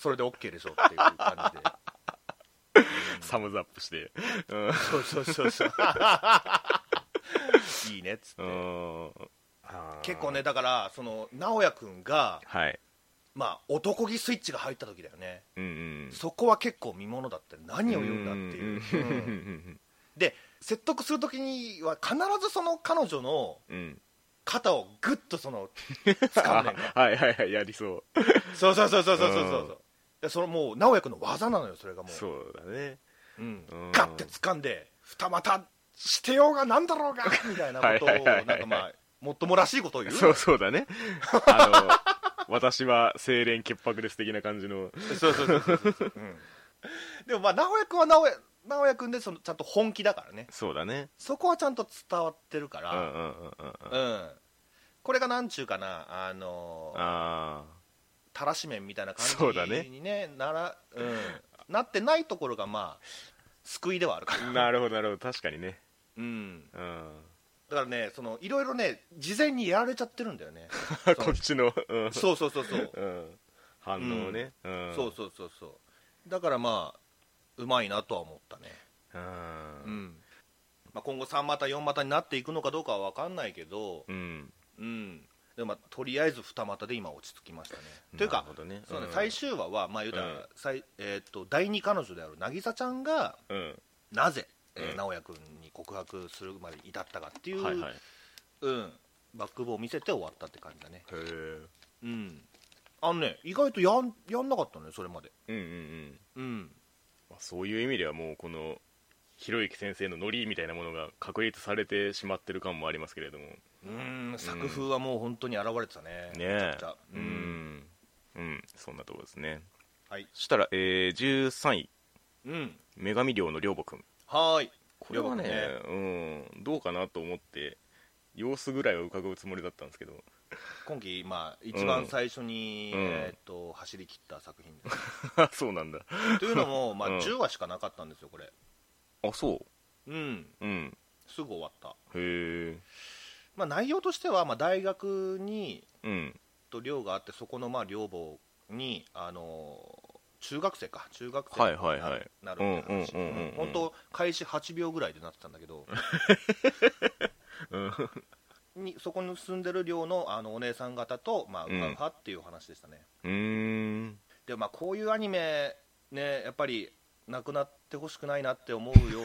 S2: それで OK でしょっていう感じで
S1: サムズアップしてうん
S2: そうそうそうそう いいねっつって、
S1: うん
S2: 結構ねだからその直哉君が、
S1: はい
S2: まあ、男気スイッチが入った時だよね、
S1: うんうん
S2: そこは結構見ものだったり何を言うんだっていう、うん
S1: ん
S2: で説得する時には必ずその彼女の
S1: うんうん
S2: 肩をグッとそ の掴んでんの
S1: はいはいはいやりそう
S2: そうそうそうそうそうそうそう
S1: うん
S2: でそのもう直哉君の技なのよそれがもう
S1: そうだね
S2: うん
S1: うん、
S2: ガッて掴んで二股してようがなんだろうがみたいなことを
S1: はいはいはいはい
S2: なんかまあもっともらしいことを言う
S1: そうそうだねあの私は清廉潔白です的な感じの
S2: そうそうそうそうそう、うん、でもまあ直哉君は直哉直哉君でそのちゃんと本気だからね
S1: そうだね
S2: そこはちゃんと伝わってるか
S1: うんうん
S2: ら
S1: うんうん
S2: うん、これがなんちゅうかなあのー
S1: あ
S2: たらし麺みたいな感じ
S1: そうだね
S2: にねなら、うん、なってないところがまあ救いではあるか
S1: あ
S2: ら、
S1: なるほどなるほど確かにね
S2: うん、
S1: うん
S2: だからねそのいろいろね事前にやられちゃってるんだよね
S1: こっちのうん
S2: そうそうそうそう
S1: うん反応ねうん
S2: そうそうそうそうだからまあうまいなとは思ったね、
S1: う
S2: うんんまあ、今後3股4股になっていくのかどうかは分かんないけど、
S1: うん
S2: うん、でもまあとりあえず二股で今落ち着きましたねとい
S1: な
S2: うか
S1: るほどね
S2: そうね
S1: うん
S2: 最終話は、まあ言うたら
S1: うん
S2: 最えーっと第二彼女である渚ちゃんが
S1: うん
S2: なぜ、えー
S1: うん
S2: 直哉君に告白するまで至ったかっていう、
S1: はいはいへ
S2: うん、バックボーンを見せて終わったって感じだね、
S1: え
S2: うん、あのね意外とやんやんなかったねそれまで、
S1: うんうんうん
S2: うん、
S1: まあそういう意味ではもうこのひろゆき先生のノリみたいなものが確立されてしまってる感もありますけれどもね
S2: うーん作風はもう本当に現れてたね、めちゃ
S1: え
S2: くちゃう
S1: うんんうんそんなとこですね
S2: はい、
S1: そしたら、えー、13位
S2: うん、
S1: 女神寮の寮母くん
S2: はーい
S1: これはね
S2: 寮
S1: うんどうかなと思って様子ぐらいは伺うつもりだったんです けど
S2: 今期、まあ、一番最初に、
S1: うん
S2: えーっと走り切った作品です
S1: あそうなんだ
S2: という のも、まあ
S1: うん
S2: 10話しかなかったんですよこれ
S1: あそ
S2: うん
S1: ううん
S2: すぐ終わった、
S1: へえ
S2: まあ、内容としては、まあ、大学に
S1: うん
S2: と寮があってそこのまあ寮母にあのー中学生か中学生
S1: はいはいはい
S2: になるって話
S1: うんうんうんうんうん
S2: うん本当開始8秒ぐらいでなってたんだけ ど
S1: うん
S2: にそこに住んでる寮のあのお姉さん方と、まあ、う
S1: うん
S2: かうかっていう話でしたね、
S1: うーん
S2: でまあこういうアニメねやっぱりなくなってほしくないなって思う ように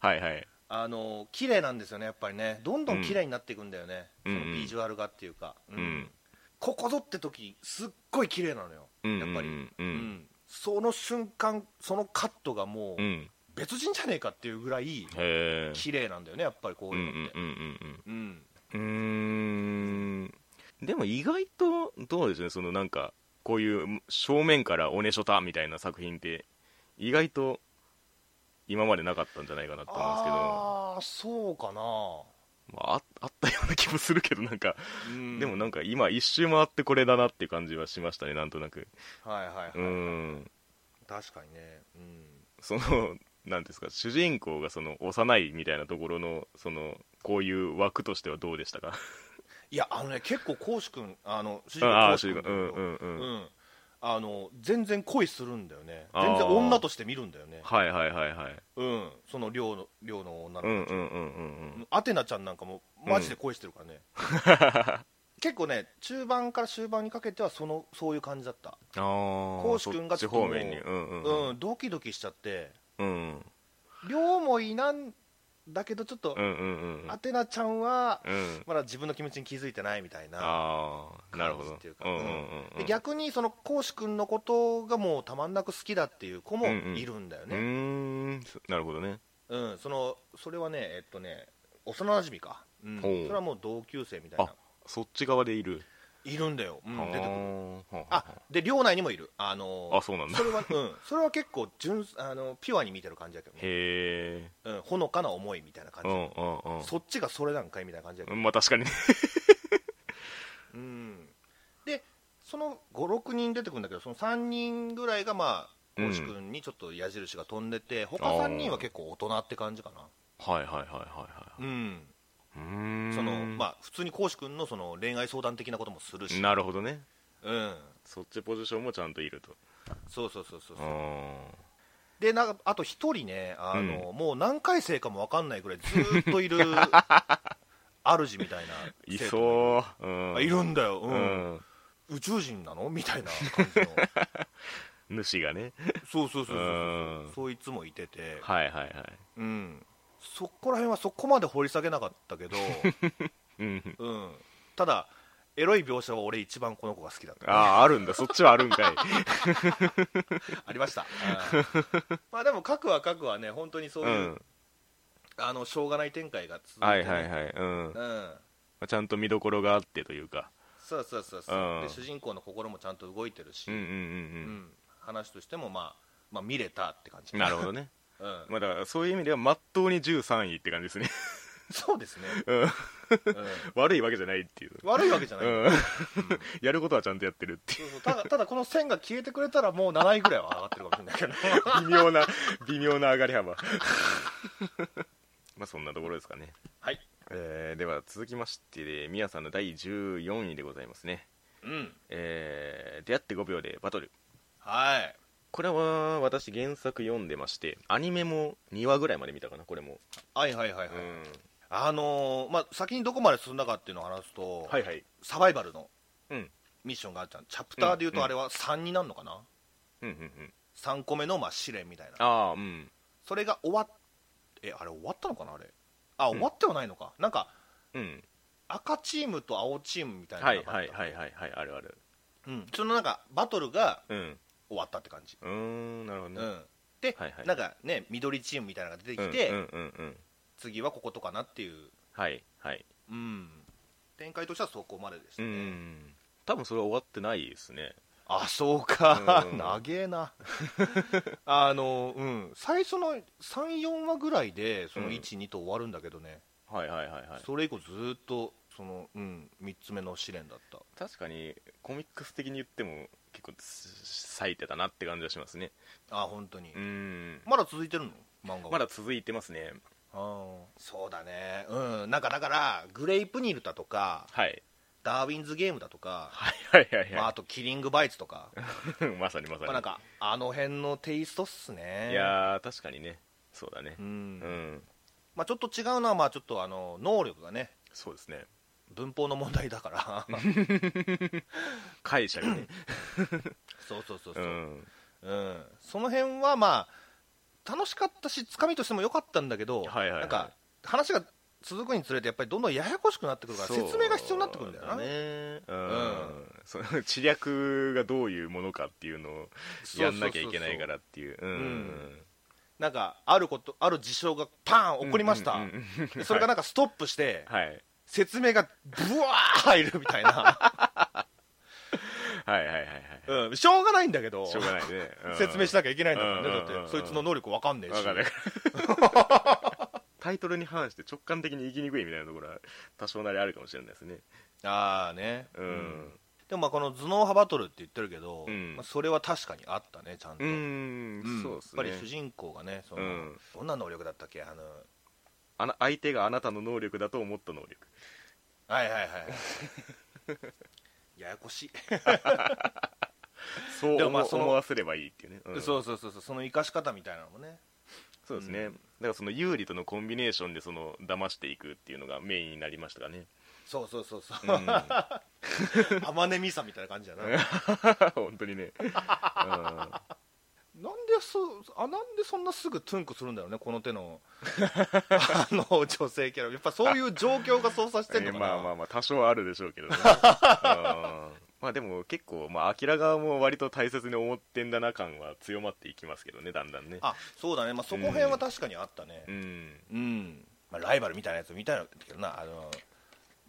S1: はいはい
S2: あの綺麗なんですよねやっぱりねどんどん綺麗になっていくんだよね、
S1: うん
S2: そのビジュアルがっていうか、うん
S1: うん
S2: ここぞって時すっごい綺麗なのよ、
S1: うん
S2: やっぱり、
S1: うんう
S2: うんその瞬間そのカットがも
S1: う
S2: うん別人じゃねえかっていうぐらい
S1: へえ
S2: 綺麗なんだよねやっぱりこ
S1: う
S2: う
S1: んう
S2: い
S1: ん
S2: うのって、
S1: うんうん
S2: うん
S1: うーんでも意外とどうでしょうねそのなんかこういう正面からおねしょたみたいな作品って意外と今までなかったんじゃないかなと思うんですけど
S2: ああそうかな
S1: まあ、ああったような気もするけどなんか、
S2: うん
S1: でもなんか今一周回ってこれだなって感じはしましたねなんとなく
S2: はいはいはい、
S1: うん
S2: 確かにね、うん、
S1: そのなんですか主人公がその幼いみたいなところのそのこういう枠としてはどうでしたか
S2: いやあのね結構こうし君あの主人公
S1: ああ
S2: こ
S1: ー
S2: うし
S1: 主
S2: 君
S1: 人公うんうんうん、
S2: うんあの全然恋するんだよね
S1: あー
S2: 全然女として見るんだよね
S1: はいはいはいはい
S2: うんその寮の寮の女
S1: うん
S2: の
S1: うんうんうんうん
S2: 子アテナちゃんなんかもマジで恋してるからね、結構ね中盤から終盤にかけてはそのそういう感じだった、
S1: あー
S2: 講師君が
S1: そ
S2: ち
S1: っ
S2: ょ
S1: ち
S2: っとも
S1: 方
S2: う
S1: 面にうんう
S2: うんん
S1: うん
S2: ドキドキしちゃって
S1: うん
S2: 両思いなんだけどちょっと、
S1: うんうんうん
S2: アテナちゃんは
S1: うん
S2: まだ自分の気持ちに気づいてないみたいな
S1: ああなるほど
S2: 感じっていうか
S1: うんうんうん
S2: で逆にその講師君のことがもうたまんなく好きだっていう子も
S1: うんうん
S2: いるんだよ
S1: う
S2: ね、
S1: ーんそなるほどね
S2: うんそのそれはねえっとね幼馴染か、うんそ
S1: ほう
S2: れはもう同級生みたいな
S1: あそっち側でいる
S2: いるんだよ、うん
S1: はー
S2: 出てくる
S1: はあ
S2: あで寮内にもいるあの
S1: あそうなんだ
S2: それは、うん、それは結構純あのピュアに見てる感じだけどね、
S1: へえ
S2: うん、ほのかな思いみたいな感
S1: う
S2: じ、
S1: んうんうん
S2: そっちがそれなんかいみたいな感じだけど、
S1: まあ確かにね
S2: うん、でその56人出てくるんだけどその3人ぐらいがまあ
S1: うん
S2: 星君にちょっと矢印が飛んでて他3人は結構大人って感じか
S1: はいはいはいは
S2: なう
S1: い
S2: ん
S1: はいうん
S2: そのまあ普通に講師君のその恋愛相談的なこともするし
S1: なるほどね
S2: うん
S1: そっちポジションもちゃんといると
S2: そうそうそうそう
S1: うーん
S2: でなんかあと1人ねあの、もう何回生かも分かんないぐらいずーっとい る主みたいない
S1: いそう
S2: う
S1: う
S2: あ
S1: ん
S2: いるんだよ、う
S1: うんん
S2: 宇宙人なのみたいな感 じの
S1: 主がね
S2: そうそうそ
S1: う
S2: うそうそ
S1: ん
S2: うそいつもいてて
S1: はいはいはい
S2: うん、そこら辺はそこまで掘り下げなかっ たけど、
S1: うん
S2: うん、ただ、エロい描写は俺、一番この子が好きだった、
S1: あああるんだそっちはあるんかい
S2: ありました、 うんまあでも、核は核はね、本当にそう
S1: う
S2: いう、
S1: ん
S2: あのしょうがない展開が続いて、ね、
S1: はいはいはいうん
S2: うん、
S1: まあちゃんと見どころがあってというか
S2: そうそうそうそう、
S1: うん
S2: で、主人公の心もちゃんと動いてるし、
S1: うんうん
S2: う
S1: うん
S2: ん話としても、まあ、まあ、見れたって感
S1: う
S2: じ、
S1: んなるほどね
S2: うん、
S1: まあだからそういう意味ではまっとうに13位って感じですね
S2: そうですね、
S1: うん
S2: うん
S1: 悪いわけじゃないっていう
S2: 悪いわけじゃない、
S1: うん
S2: うん
S1: やることはちゃんとやってるってい
S2: そうそうただただ、この線が消えてくれたら、もう7位ぐらいは上がってるかもしれないけ ど。
S1: う微妙な微妙な上がり幅 まあそんなところですかね
S2: はい、
S1: えーでは続きましてみやさんの第14位でございますね
S2: うん
S1: えー出会って5秒でバトル
S2: はい
S1: これは私原作読んでましてアニメも2話ぐらいまで見たかなこれも
S2: はいはいはいはい、
S1: うん
S2: あのーまあ、先にどこまで進んだかっていうのを話すと、
S1: はいはい
S2: サバイバルの
S1: うん
S2: ミッションがあったのチャプターでいう
S1: う
S2: と
S1: ん
S2: あれは3になるのかな、
S1: うんうんうん
S2: 3個目のまあ試練みたいな
S1: ああうん
S2: それが終わっえあれ終わったのかなあれあ終わってはないのか、なんか
S1: うん
S2: 赤チームと青チームみたいな
S1: はい
S2: のがあ
S1: は
S2: っ
S1: い
S2: たの
S1: はいはいはいあるある
S2: うん、そのなんかバトルが
S1: うん
S2: 終わったって感じ、
S1: うーんなるほ
S2: う
S1: ど
S2: ん
S1: ね
S2: で、
S1: はいはい
S2: なんかね緑チームみたいなのが出てきて、
S1: うんうんうんうん
S2: 次はこことかなっていう、
S1: はいはい
S2: うん、展開としてはそこまででした
S1: う
S2: ね、
S1: ん多分それは終わってないですね
S2: あそうか、
S1: うん
S2: 長えなあのうん最初の34話ぐらいでその
S1: うん
S2: 12、と終わるんだけどね、
S1: はいはいはいはい
S2: それ以降ずーっとその、うん、3つ目の試練だった
S1: 確かにコミックス的に言っても結構咲いてたなって感じはしますね
S2: あ本当に、
S1: うん
S2: まだ続いてるの漫画は
S1: まだ続いてますね
S2: あーそうだねうんなんかだからグレイプニルだとか
S1: はい
S2: ダーウィンズゲームだとか、
S1: はいはいはい
S2: まあ、
S1: は
S2: あとキリングバイツとか、
S1: いまさにまさ
S2: まあ、
S1: に
S2: なんかあの辺のテイストっすね
S1: いやー確かにねそうだね
S2: う
S1: うんん、
S2: まあ、ちょっと違うのはまあちょっとあの能力がね
S1: そうですね
S2: 文法の問題だから
S1: 解釈ね
S2: そうそうそ
S1: う
S2: うそう、うん
S1: ん
S2: その辺はまあ楽しかったしつかみとしても良かったんだけど、
S1: はいはいはい
S2: なんか話が続くにつれてやっぱりどんどんややこしくなってくるから説明が必要になってくるんだよな
S1: そうねうん、
S2: うん
S1: その知略がどういうものかっていうのを
S2: そうそうそうそう
S1: やんなきゃいけないからっていううん
S2: んなんかあることある事象がパーン起こりました、
S1: うんうんうん
S2: で それがなんかストップして、
S1: はい
S2: 説明がブワー入るみた いな、
S1: はいはいはいはい
S2: うん、しょうがないんだけど
S1: しょうがないね、うん
S2: 説明しなきゃいけないんだか
S1: う
S2: らね、
S1: んうんうんうん
S2: だってそいつの能力わかんねえし
S1: わかる タイトルに反して直感的に行きにくいみたいなところは多少なりあるかもしれないですね
S2: ああね
S1: うん、
S2: でもまあこの頭脳派バトルって言ってるけど、
S1: うん
S2: まあ、それは確かにあったねちゃんと、
S1: うん
S2: うん
S1: そう
S2: や
S1: で
S2: っ
S1: す
S2: ぱ
S1: ね
S2: り主人公がねその、
S1: うん
S2: どんな能力だったっけあの
S1: あな相手があなたの能力だと思った能力
S2: は いはいはいややこしい、
S1: そう
S2: でもまあ
S1: 思
S2: その
S1: 思わせればいいっていうね、うん
S2: そうそうそうそうその生かし方みたいなのもね
S1: そうですね、
S2: うん
S1: だからその有利とのコンビネーションでその騙していくっていうのがメインになりましたかね
S2: そうそうそうそう
S1: うん
S2: 天音美さみたいな感じだななんで
S1: 本当にね、う
S2: そあなんでそんなすぐトゥンクするんだろうねこの 手のあの女性キャラやっぱそういう状況が操作して
S1: ん
S2: んのかな、
S1: まあまあまあ多少はあるでしょう けどね、うんまあでも結構まあアキラ側も割と大切に思ってんだな感は強まっていきますけどねだんだんね
S2: あそうだね、まあ、そこ辺は確かにあったね
S1: うん
S2: うん、まあ、ライバルみたいなやつみたいなんだけどなあの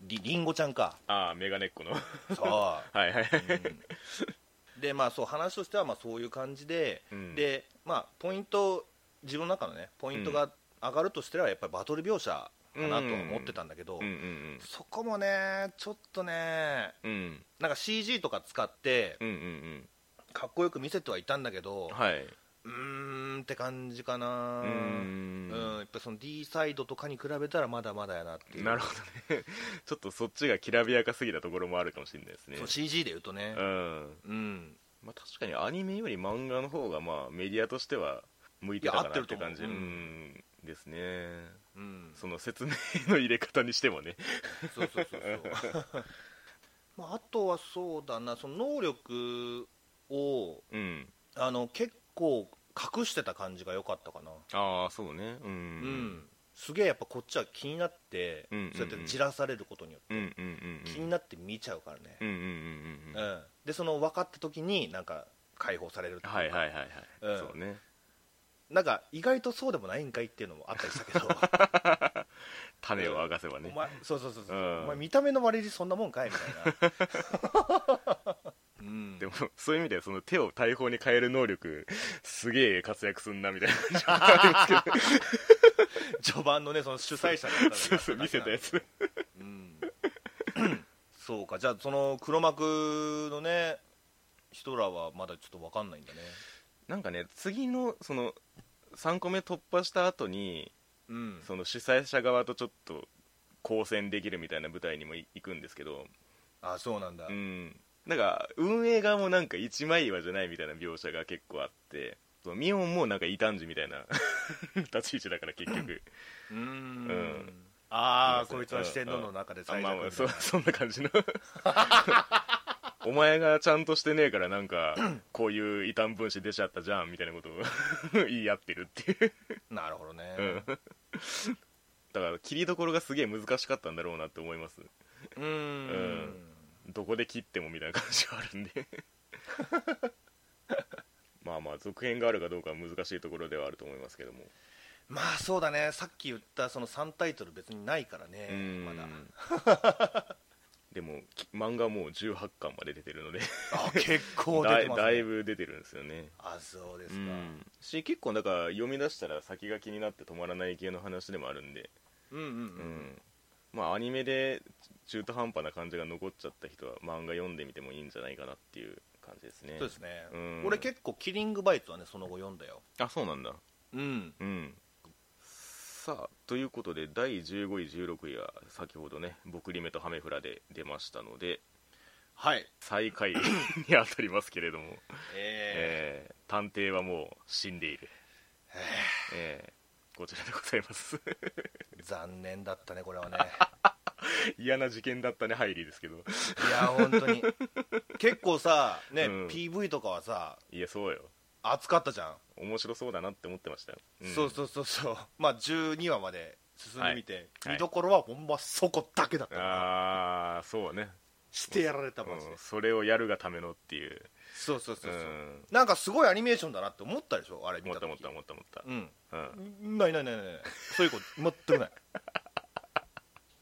S2: りりんごちゃんか
S1: ああメガネっ子の は
S2: そう、う
S1: いはい
S2: んでまあそう話としてはまあそういう感じで、
S1: うん
S2: でまあポイント自分の中のねポイントが上がるとしたらやっぱりバトル描写かなとは思ってたんだけど、
S1: うんうん
S2: そこもねちょっとね
S1: うんうん
S2: なんか CG とか使って
S1: うんうん
S2: かっこよく見せてはいたんだけど
S1: うんはいう
S2: ーんって感じかな
S1: う
S2: うんんやっぱその D サイドとかに比べたらまだまだやなっていう
S1: なるほどね ちょっとそっちがきらびやかすぎたところもあるかもしれないですね
S2: そう CG で言うとね
S1: うん
S2: うん
S1: まあ、確かにアニメより漫画の方がまあメディアとしては向いてたかなって感じ
S2: いや合ってると思う
S1: うんですね
S2: うん
S1: その説明の入れ方にしてもね
S2: そうそうそうそう まああとはそうだなその能力を
S1: うん
S2: あの結構隠してた感じが良かったかな
S1: ああそうねうん
S2: うん、すげえやっぱこっちは気になって、
S1: うんうんうん
S2: そうやってじらされることによって
S1: うんうんうん
S2: 気になって見ちゃうからね、
S1: うんうんうん
S2: う
S1: うん
S2: んでその分かった時になんか解放されるっていうか
S1: はいはいはいはい、
S2: うん
S1: そうね
S2: なんか意外とそうでもないんかいっていうのもあったりしたけど
S1: 種を明かせばね、
S2: お前そうそうそうそう、
S1: うん
S2: お前見た目の割にそんなもんかいみたい な、うん、
S1: でもそういう意味ではその手を大砲に変える能力すげえ活躍すんなみたいな
S2: 序盤のねその主催者の方が
S1: そうそう見せたやつ
S2: うんそうかじゃあその黒幕のね人らはまだちょっと分かんないんだね
S1: なんかね次のその3個目突破した後に
S2: うん
S1: その主催者側とちょっと交戦できるみたいな舞台にもい行くんですけど、
S2: あそうなんだ、
S1: うん、なんか運営側もなんか一枚岩じゃないみたいな描写が結構あってそのミオンもなんか異端児みたいな 立ち位置だから結局
S2: うーん
S1: うん
S2: ああ
S1: そう
S2: こいつは四天王の中で
S1: あ
S2: 最
S1: まあ
S2: 弱
S1: まあ
S2: みた
S1: そ
S2: いう
S1: そんな感じのお前がちゃんとしてねえからなん かこういう異端分子出ちゃったじゃんみたいなことを 言い合ってるっていう
S2: ななるほどね
S1: うんだから切りどころがすげえ難しかったんだろうなって思います
S2: うーん
S1: うんどこで切ってもみたいな感じはあるんで まあまあ続編があるかどうかは難しいところではあると思いますけども
S2: まあそうだねさっき言ったその3タイトル別にないからね
S1: うん
S2: まだ
S1: でもき漫画もう18巻まで出てるので
S2: あ結構
S1: だ
S2: 出
S1: い
S2: てます、ね、
S1: だいぶ出てるんですよね
S2: あそうです
S1: う
S2: か、
S1: んし結構だから読み出したら先が気になって止まらない系の話でもあるんで、
S2: うん、うんうん
S1: うんまあアニメで中途半端な感じが残っちゃった人は漫画読んでみてもいいんじゃないかなっていう感じですね
S2: そうですね、
S1: うん
S2: 俺結構キリングバイトはねその後読んだよ
S1: あそうなんだ
S2: うん
S1: うんさあということで第15位16位は先ほどね「僕リメとハメフラ」で出ましたので
S2: はい
S1: 最下位に 当たりますけれども、
S2: え
S1: えー探偵はもう死んでいる、えーこちらでございます
S2: ー残念だったねこれはね
S1: 嫌な事件だったねハイリーですけど
S2: いや本当に結構さね、
S1: うん
S2: PV とかはさ
S1: いやそうよ
S2: 熱かったじゃん、
S1: 面白そうだなって思ってましたよ、ん
S2: そうそうそうそうまあ12話まで進んでみて、
S1: はい
S2: 見どころはほんまそこだけだったから
S1: ああそうね、
S2: してやられたマジで、
S1: うんそれをやるがためのっていう
S2: そうそうそうそう、
S1: ん
S2: なんかすごいアニメーションだなって思ったでしょあれ見
S1: 思ったた思っ
S2: 時
S1: た思った思った、
S2: うん
S1: うん
S2: ないないないないないそういうこと全くない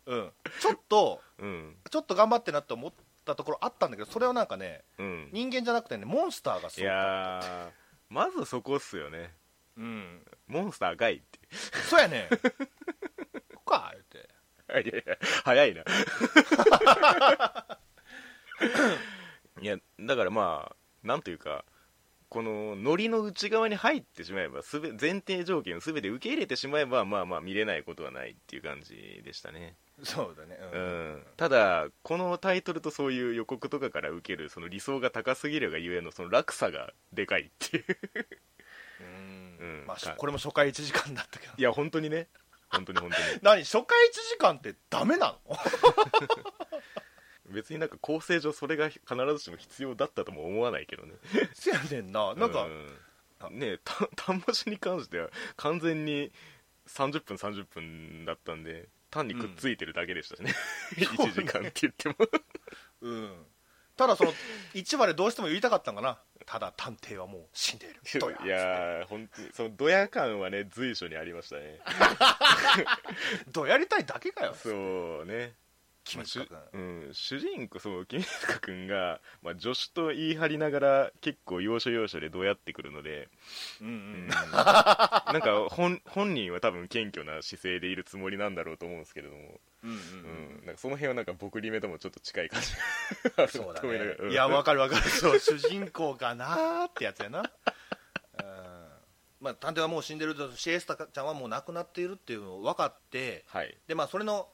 S2: うんちょっと
S1: うん
S2: ちょっと頑張ってなって思ったところあったんだけどそれはなんかね
S1: うん
S2: 人間じゃなくてねモンスターが
S1: い
S2: そう
S1: やーまずそこっすよね
S2: うん
S1: モンスターがいって
S2: そうやねこっか言って
S1: いやいや早いな いやだからまあなんというかこのノリの内側に入ってしまえばすべ前提条件すべて受け入れてしまえばまあまあ見れないことはないっていう感じでしたね、
S2: そうだね
S1: う
S2: うんん、
S1: ただこのタイトルとそういう予告とかから受けるその理想が高すぎるがゆえのその落差がでかいっ ていう
S2: うん
S1: うん
S2: まあし
S1: はい
S2: これも初回1時間だったけど
S1: いや本当にね本当に本当に
S2: 何初回1時間ってダメなの
S1: 別になんか構成上それが必ずしも必要だったとも思わないけどね
S2: せやねんななんか、
S1: うんねえた 単文字に関しては完全に30分30分だったんで単にくっついてるだけでしたしね、
S2: そう
S1: 1
S2: ね
S1: 時間って言って も
S2: うん、ただその1話でどうしても言いたかったんかなただ探偵はもう死んでいるど う
S1: いやー本当にそのドヤ感はね随所にありましたね
S2: どうやりたいだけかよ
S1: そうね
S2: 君塚君
S1: まあ主うん、主人公そう君塚君が、まあ、助手と言い張りながら結構要所要所でどうやってくるので、
S2: うんうん
S1: なんか本本人は多分謙虚な姿勢でいるつもりなんだろうと思うんですけれども、
S2: うん
S1: うん
S2: うん
S1: なんかその辺はなんか僕リメともちょっと近い感じ
S2: そうだ
S1: ごめんなさ
S2: ね
S1: い
S2: いやわかるわかるそう主人公かなーってやつやな、うんまあ、探偵はもう死んでるとシエスタちゃんはもう亡くなっているっていうのを分かって
S1: はい
S2: でまあそれの、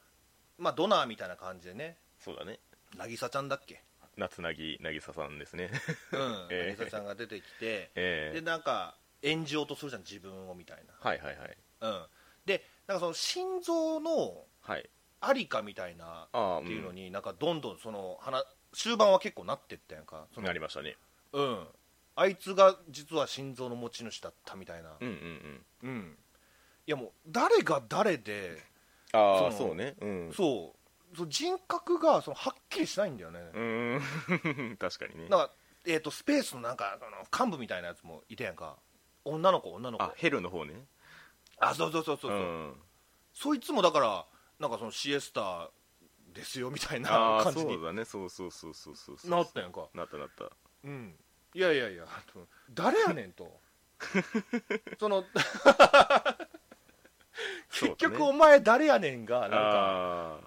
S2: まあ、ドナーみたいな感じでね
S1: そうだね
S2: 渚ちゃんだっけ
S1: 夏なぎ渚さんですね
S2: うん、
S1: ええ
S2: 渚ちゃんが出てきて
S1: ええ
S2: でなんか演じようとするじゃん自分をみたい
S1: はいはいはい
S2: な、うん、でなんかその心臓の
S1: はい
S2: ありかみたいな
S1: ああ
S2: っ
S1: う
S2: ていうの
S1: ん
S2: になんかどんどんその話終盤は結構なってったやんかその
S1: なりましたね
S2: うんあいつが実は心臓の持ち主だったみたいな
S1: うんうんうん
S2: うんいやもう誰が誰で
S1: ああ
S2: その
S1: そうねうん
S2: そうそう人格がそのはっきりしないんだよね、
S1: うーん 確かにね
S2: なんか、えー、とスペースのなんかあの幹部みたいなやつもいてやんか女の子女の子
S1: あヘルの方ね
S2: あそうそうそうそうう、うんそいつもだからなんかそのシエスタですよみたいな
S1: ああ
S2: 感じ
S1: そう
S2: に
S1: だねそうそうそうそうそうそう
S2: なったやんか
S1: なったなった
S2: うんいやいやいやと誰やね んと その
S1: そうだね
S2: 結局お前誰やねんがなんか
S1: ああ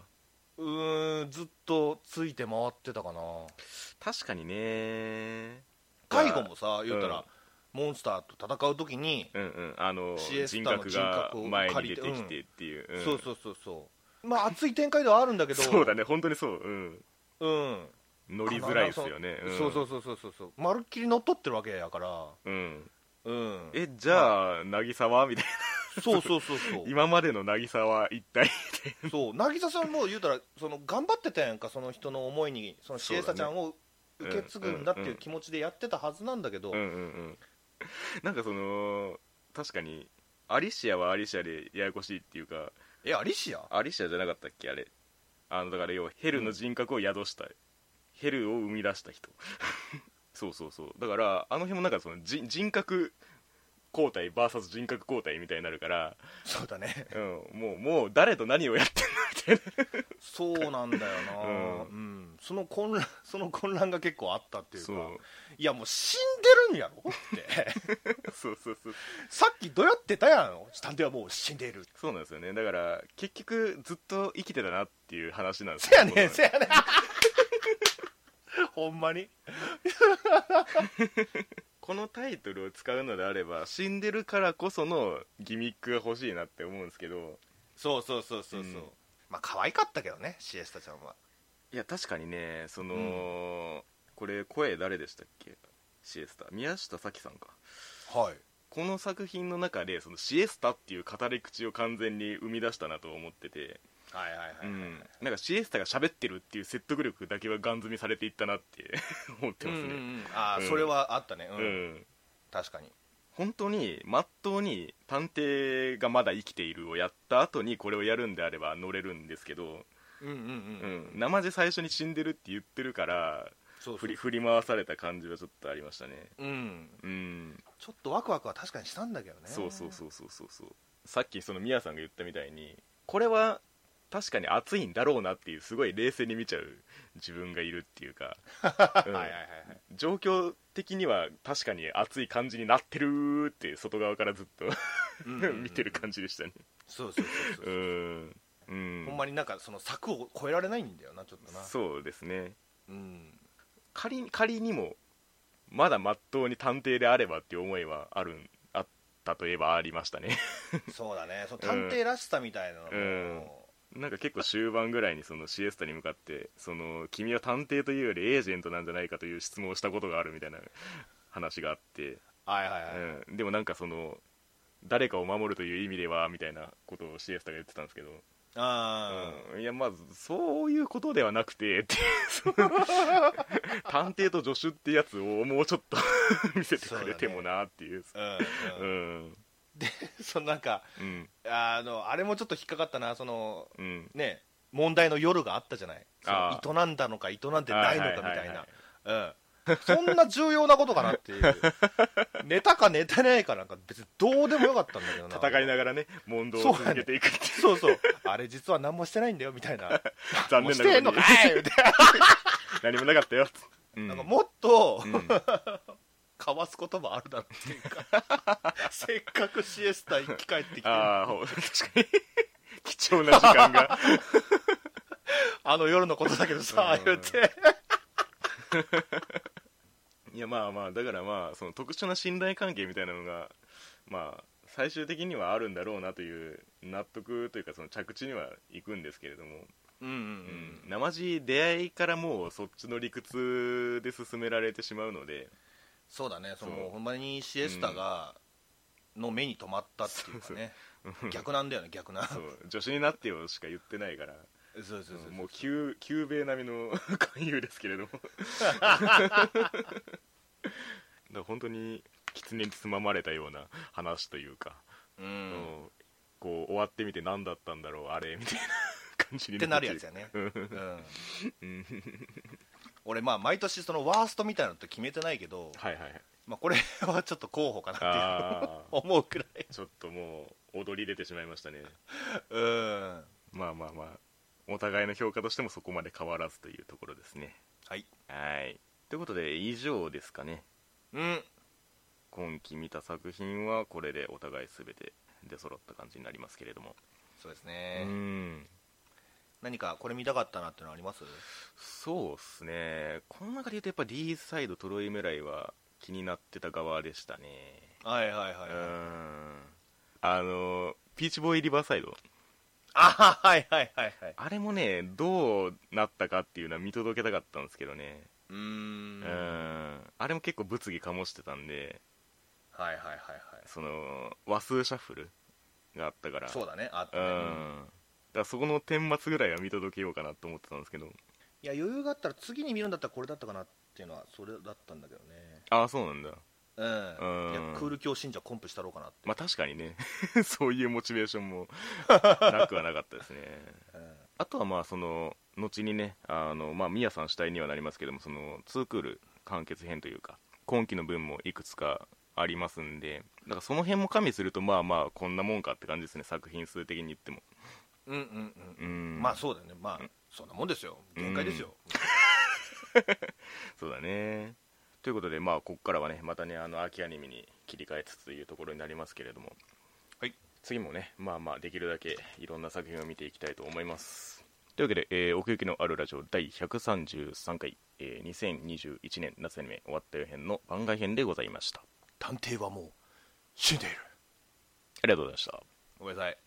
S2: うーんずっとついて回ってたかな
S1: 確かにね
S2: 介護もさ言うた
S1: うん
S2: ら、モンスターと戦う時に、
S1: うんうんあの
S2: シエ
S1: 人
S2: スタの
S1: 格
S2: 人
S1: が
S2: 格を
S1: 前
S2: 借
S1: に
S2: り
S1: 出
S2: て
S1: てきてっていう、ん
S2: そうそうそうそうまあ熱い展開ではあるんだ けど
S1: そうだね本当にそううん
S2: うん
S1: 乗りづらいですよねん
S2: そうそうそうそうそうそうまるっきり乗っ取ってるわけやから
S1: うん
S2: うん
S1: えじゃあ渚はみたい
S2: そうそうそうそう
S1: な今までの渚は一体
S2: そう渚さんも言うたらその頑張ってたやんかその人の思いにそのシエスタちゃんを
S1: そうだ
S2: 受
S1: ね
S2: け継ぐんだっていう気持ちでやってたはずなんだけど、
S1: うんうんうんなんかその確かにアリシアはアリシアでややこしいっていうか
S2: えアリ シア
S1: アリシアじゃなかったっけあれあのだから要はヘルの人格を宿した、ヘルを生み出した人 そうそうそうだからあの辺もなんかその人人格交代 VS 人格交代みたいになるから、
S2: そうだね
S1: うん、もうもう誰と何をやってんのみたい
S2: そうなんだよな、
S1: うん
S2: うんその混乱 その混乱が結構あったって
S1: な
S2: いう
S1: そ
S2: か
S1: う
S2: いやもう死んでるんやろっ て
S1: そうそうそう
S2: さっきどうやってたやん探偵はもう死んでいる
S1: そうなんですよねだから結局ずっと生きてたなっていう話なんです
S2: せやねん
S1: こ
S2: せやねん ほんまに
S1: のこのタイトルを使うのであれば死んでるからこそのギミックが欲しいなって思うんですけど
S2: そうそうそうそうそう、
S1: うん
S2: まあ可愛かったけどねシエスタちゃんはい
S1: や確かにねその、
S2: う
S1: これ声誰でしたっけシエスタ宮下咲さんか
S2: はい
S1: この作品の中でそのシエスタっていう語り口を完全に生み出したなと思ってて、
S2: はいはいはい、はい
S1: うん、なんかシエスタが喋ってるっていう説得力だけはガン積みされていったなって 思ってますね、
S2: うんうんうんああ、
S1: うん
S2: それはあったねうん、
S1: うん
S2: 確かに
S1: 本当にまっとうに探偵がまだ生きているをやった後にこれをやるんであれば乗れるんですけど、
S2: うんう
S1: う
S2: んうん
S1: ん、生地最初に死んでるって言ってるから
S2: そうそ
S1: 振
S2: う
S1: り振り回された感じはちょっとありましたね
S2: うん
S1: うん
S2: ちょっとワクワクは確かにしたんだけどね
S1: そうそうそうそうそうそうさっきそのミヤさんが言ったみたいにこれは確かに熱いんだろうなっていうすごい冷静に見ちゃう自分がいるっていう か、うん
S2: はいはいはいはい
S1: 状況的には確かに熱い感じになってるって外側からずっと
S2: うんうんう ん
S1: 見てる感じでしたね
S2: そうそう
S1: う
S2: そうそう、
S1: んうん
S2: ほんまになんかその柵を越えられないんだよなちょっとな
S1: そうですね
S2: うん
S1: 仮に仮にもまだ真っ当に探偵であればっていう思いはあるんあったといえばありましたね
S2: そう だねその探偵らしさみたいなのも、
S1: うんなんか結構終盤ぐらいにそのシエスタに向かってその君は探偵というよりエージェントなんじゃないかという質問をしたことがあるみたいな話があって、
S2: はいはいはい、
S1: うん、でもなんかその誰かを守るという意味ではみたいなことをシエスタが言ってたんですけど、
S2: あ
S1: うんいやまあそういうことではなくてってその探偵と助手ってやつをもうちょっと 見せてくれてもなっていう
S2: あ、う
S1: う
S2: んうん
S1: ん
S2: そのなんか
S1: うん
S2: あのあれもちょっと引っかかったなその
S1: うん
S2: ね問題の夜があったじゃないそ
S1: あ
S2: の営んだのか営んでないのかみ
S1: は
S2: た
S1: はいはは
S2: なうんそんな重要なことかなっていうネタかネタないかなんか別にどうでもよかったんだけどな
S1: 戦いながらね問答を続けていくっていう
S2: そうそうあれ実は何もしてないんだよみたいな
S1: 残
S2: も
S1: 念
S2: うし
S1: な
S2: てん
S1: こと
S2: のか
S1: に
S2: いみたい
S1: 何もなかったようん
S2: ななんかもっと
S1: うん
S2: かわすこともあるだろうっていうかせっかくシエスタ生き返ってきてあ
S1: ああ ほう確かに貴重な時間が
S2: の夜のことだけどさ
S1: うん
S2: 言って
S1: いやまあまあだからまあその特殊な信頼関係みたいなのがまあ最終的にはあるんだろうなという納得というかその着地にはいくんですけれども、
S2: うんうん
S1: うん、生地出会いからもうそっちの理屈で進められてしまうので
S2: そうだねその
S1: そう
S2: ほんまにシエスタが、の目に留まったっていうかね逆なんだよね逆な
S1: そ
S2: そう
S1: う助手になってよしか言ってないから
S2: そうそうそう
S1: もう旧旧米並みの 勧誘ですけ れどもだから本当に狐につままれたような話というか、
S2: うん、
S1: うんこう終わってみて何だったんだろうあれみたいな感じに
S2: ってなるやつやね、
S1: うん
S2: うん、
S1: うん
S2: 俺まあ毎年そのワーストみたいなのって決めてないけど、
S1: はい はいはい
S2: まあ、これはちょっと候補かなっていう
S1: ああ
S2: 思うくらい
S1: ちょっともう踊り出てしまいましたね
S2: うん
S1: まあまあまあお互いの評価としてもそこまで変わらずというところですね
S2: はい
S1: はいということで以上ですかね
S2: うん
S1: 今期見た作品はこれでお互い全て出揃った感じになりますけれども、
S2: そうですね、
S1: うん
S2: 何かこれ見たかったなってのあります
S1: そうっすねこの中で言うとやっぱ D サイドトロイメライは気になってた側でしたね
S2: はいはいは
S1: う
S2: い、
S1: んあのピーチボーイリバーサイド
S2: あはいはいはいはい
S1: あれもねどうなったかっていうのは見届けたかったんですけどね
S2: うー
S1: うんんあれも結構物議かもしてたんで
S2: はいはいはいはい
S1: その和数シャッフルがあったから
S2: そうだねあった
S1: う
S2: ね、
S1: ん、だからそこの顛末ぐらいは見届けようかなと思ってたんですけど
S2: いや余裕があったら次に見るんだったらこれだったかなっていうのはそれだったんだけどね
S1: ああそうなんだ
S2: うん、
S1: うん
S2: いやクール教信者コンプしたろうかなって、
S1: まあ確かにね そういうモチベーションもなくはなかったですね
S2: うん
S1: あとはまあその後にねあのまあミヤさん主体にはなりますけどもその2クール完結編というか今期の分もいくつかありますんでだからその辺も加味するとまあまあこんなもんかって感じですね作品数的に言っても
S2: うんうんうん
S1: うん
S2: まあそうだよねまあそんなもんですよ限界ですよ、
S1: そうだねということでまあここからはねまたねあの秋アニメに切り替えつつというところになりますけれども
S2: はい
S1: 次もねまあまあできるだけいろんな作品を見ていきたいと思いますというわけで、えー奥行きのあるラジオ第133回、えー2021年夏アニメ終わったよ編の番外編でございましたあ
S2: 探偵はもう死んでいる
S1: りがとうございました
S2: ごめんなさい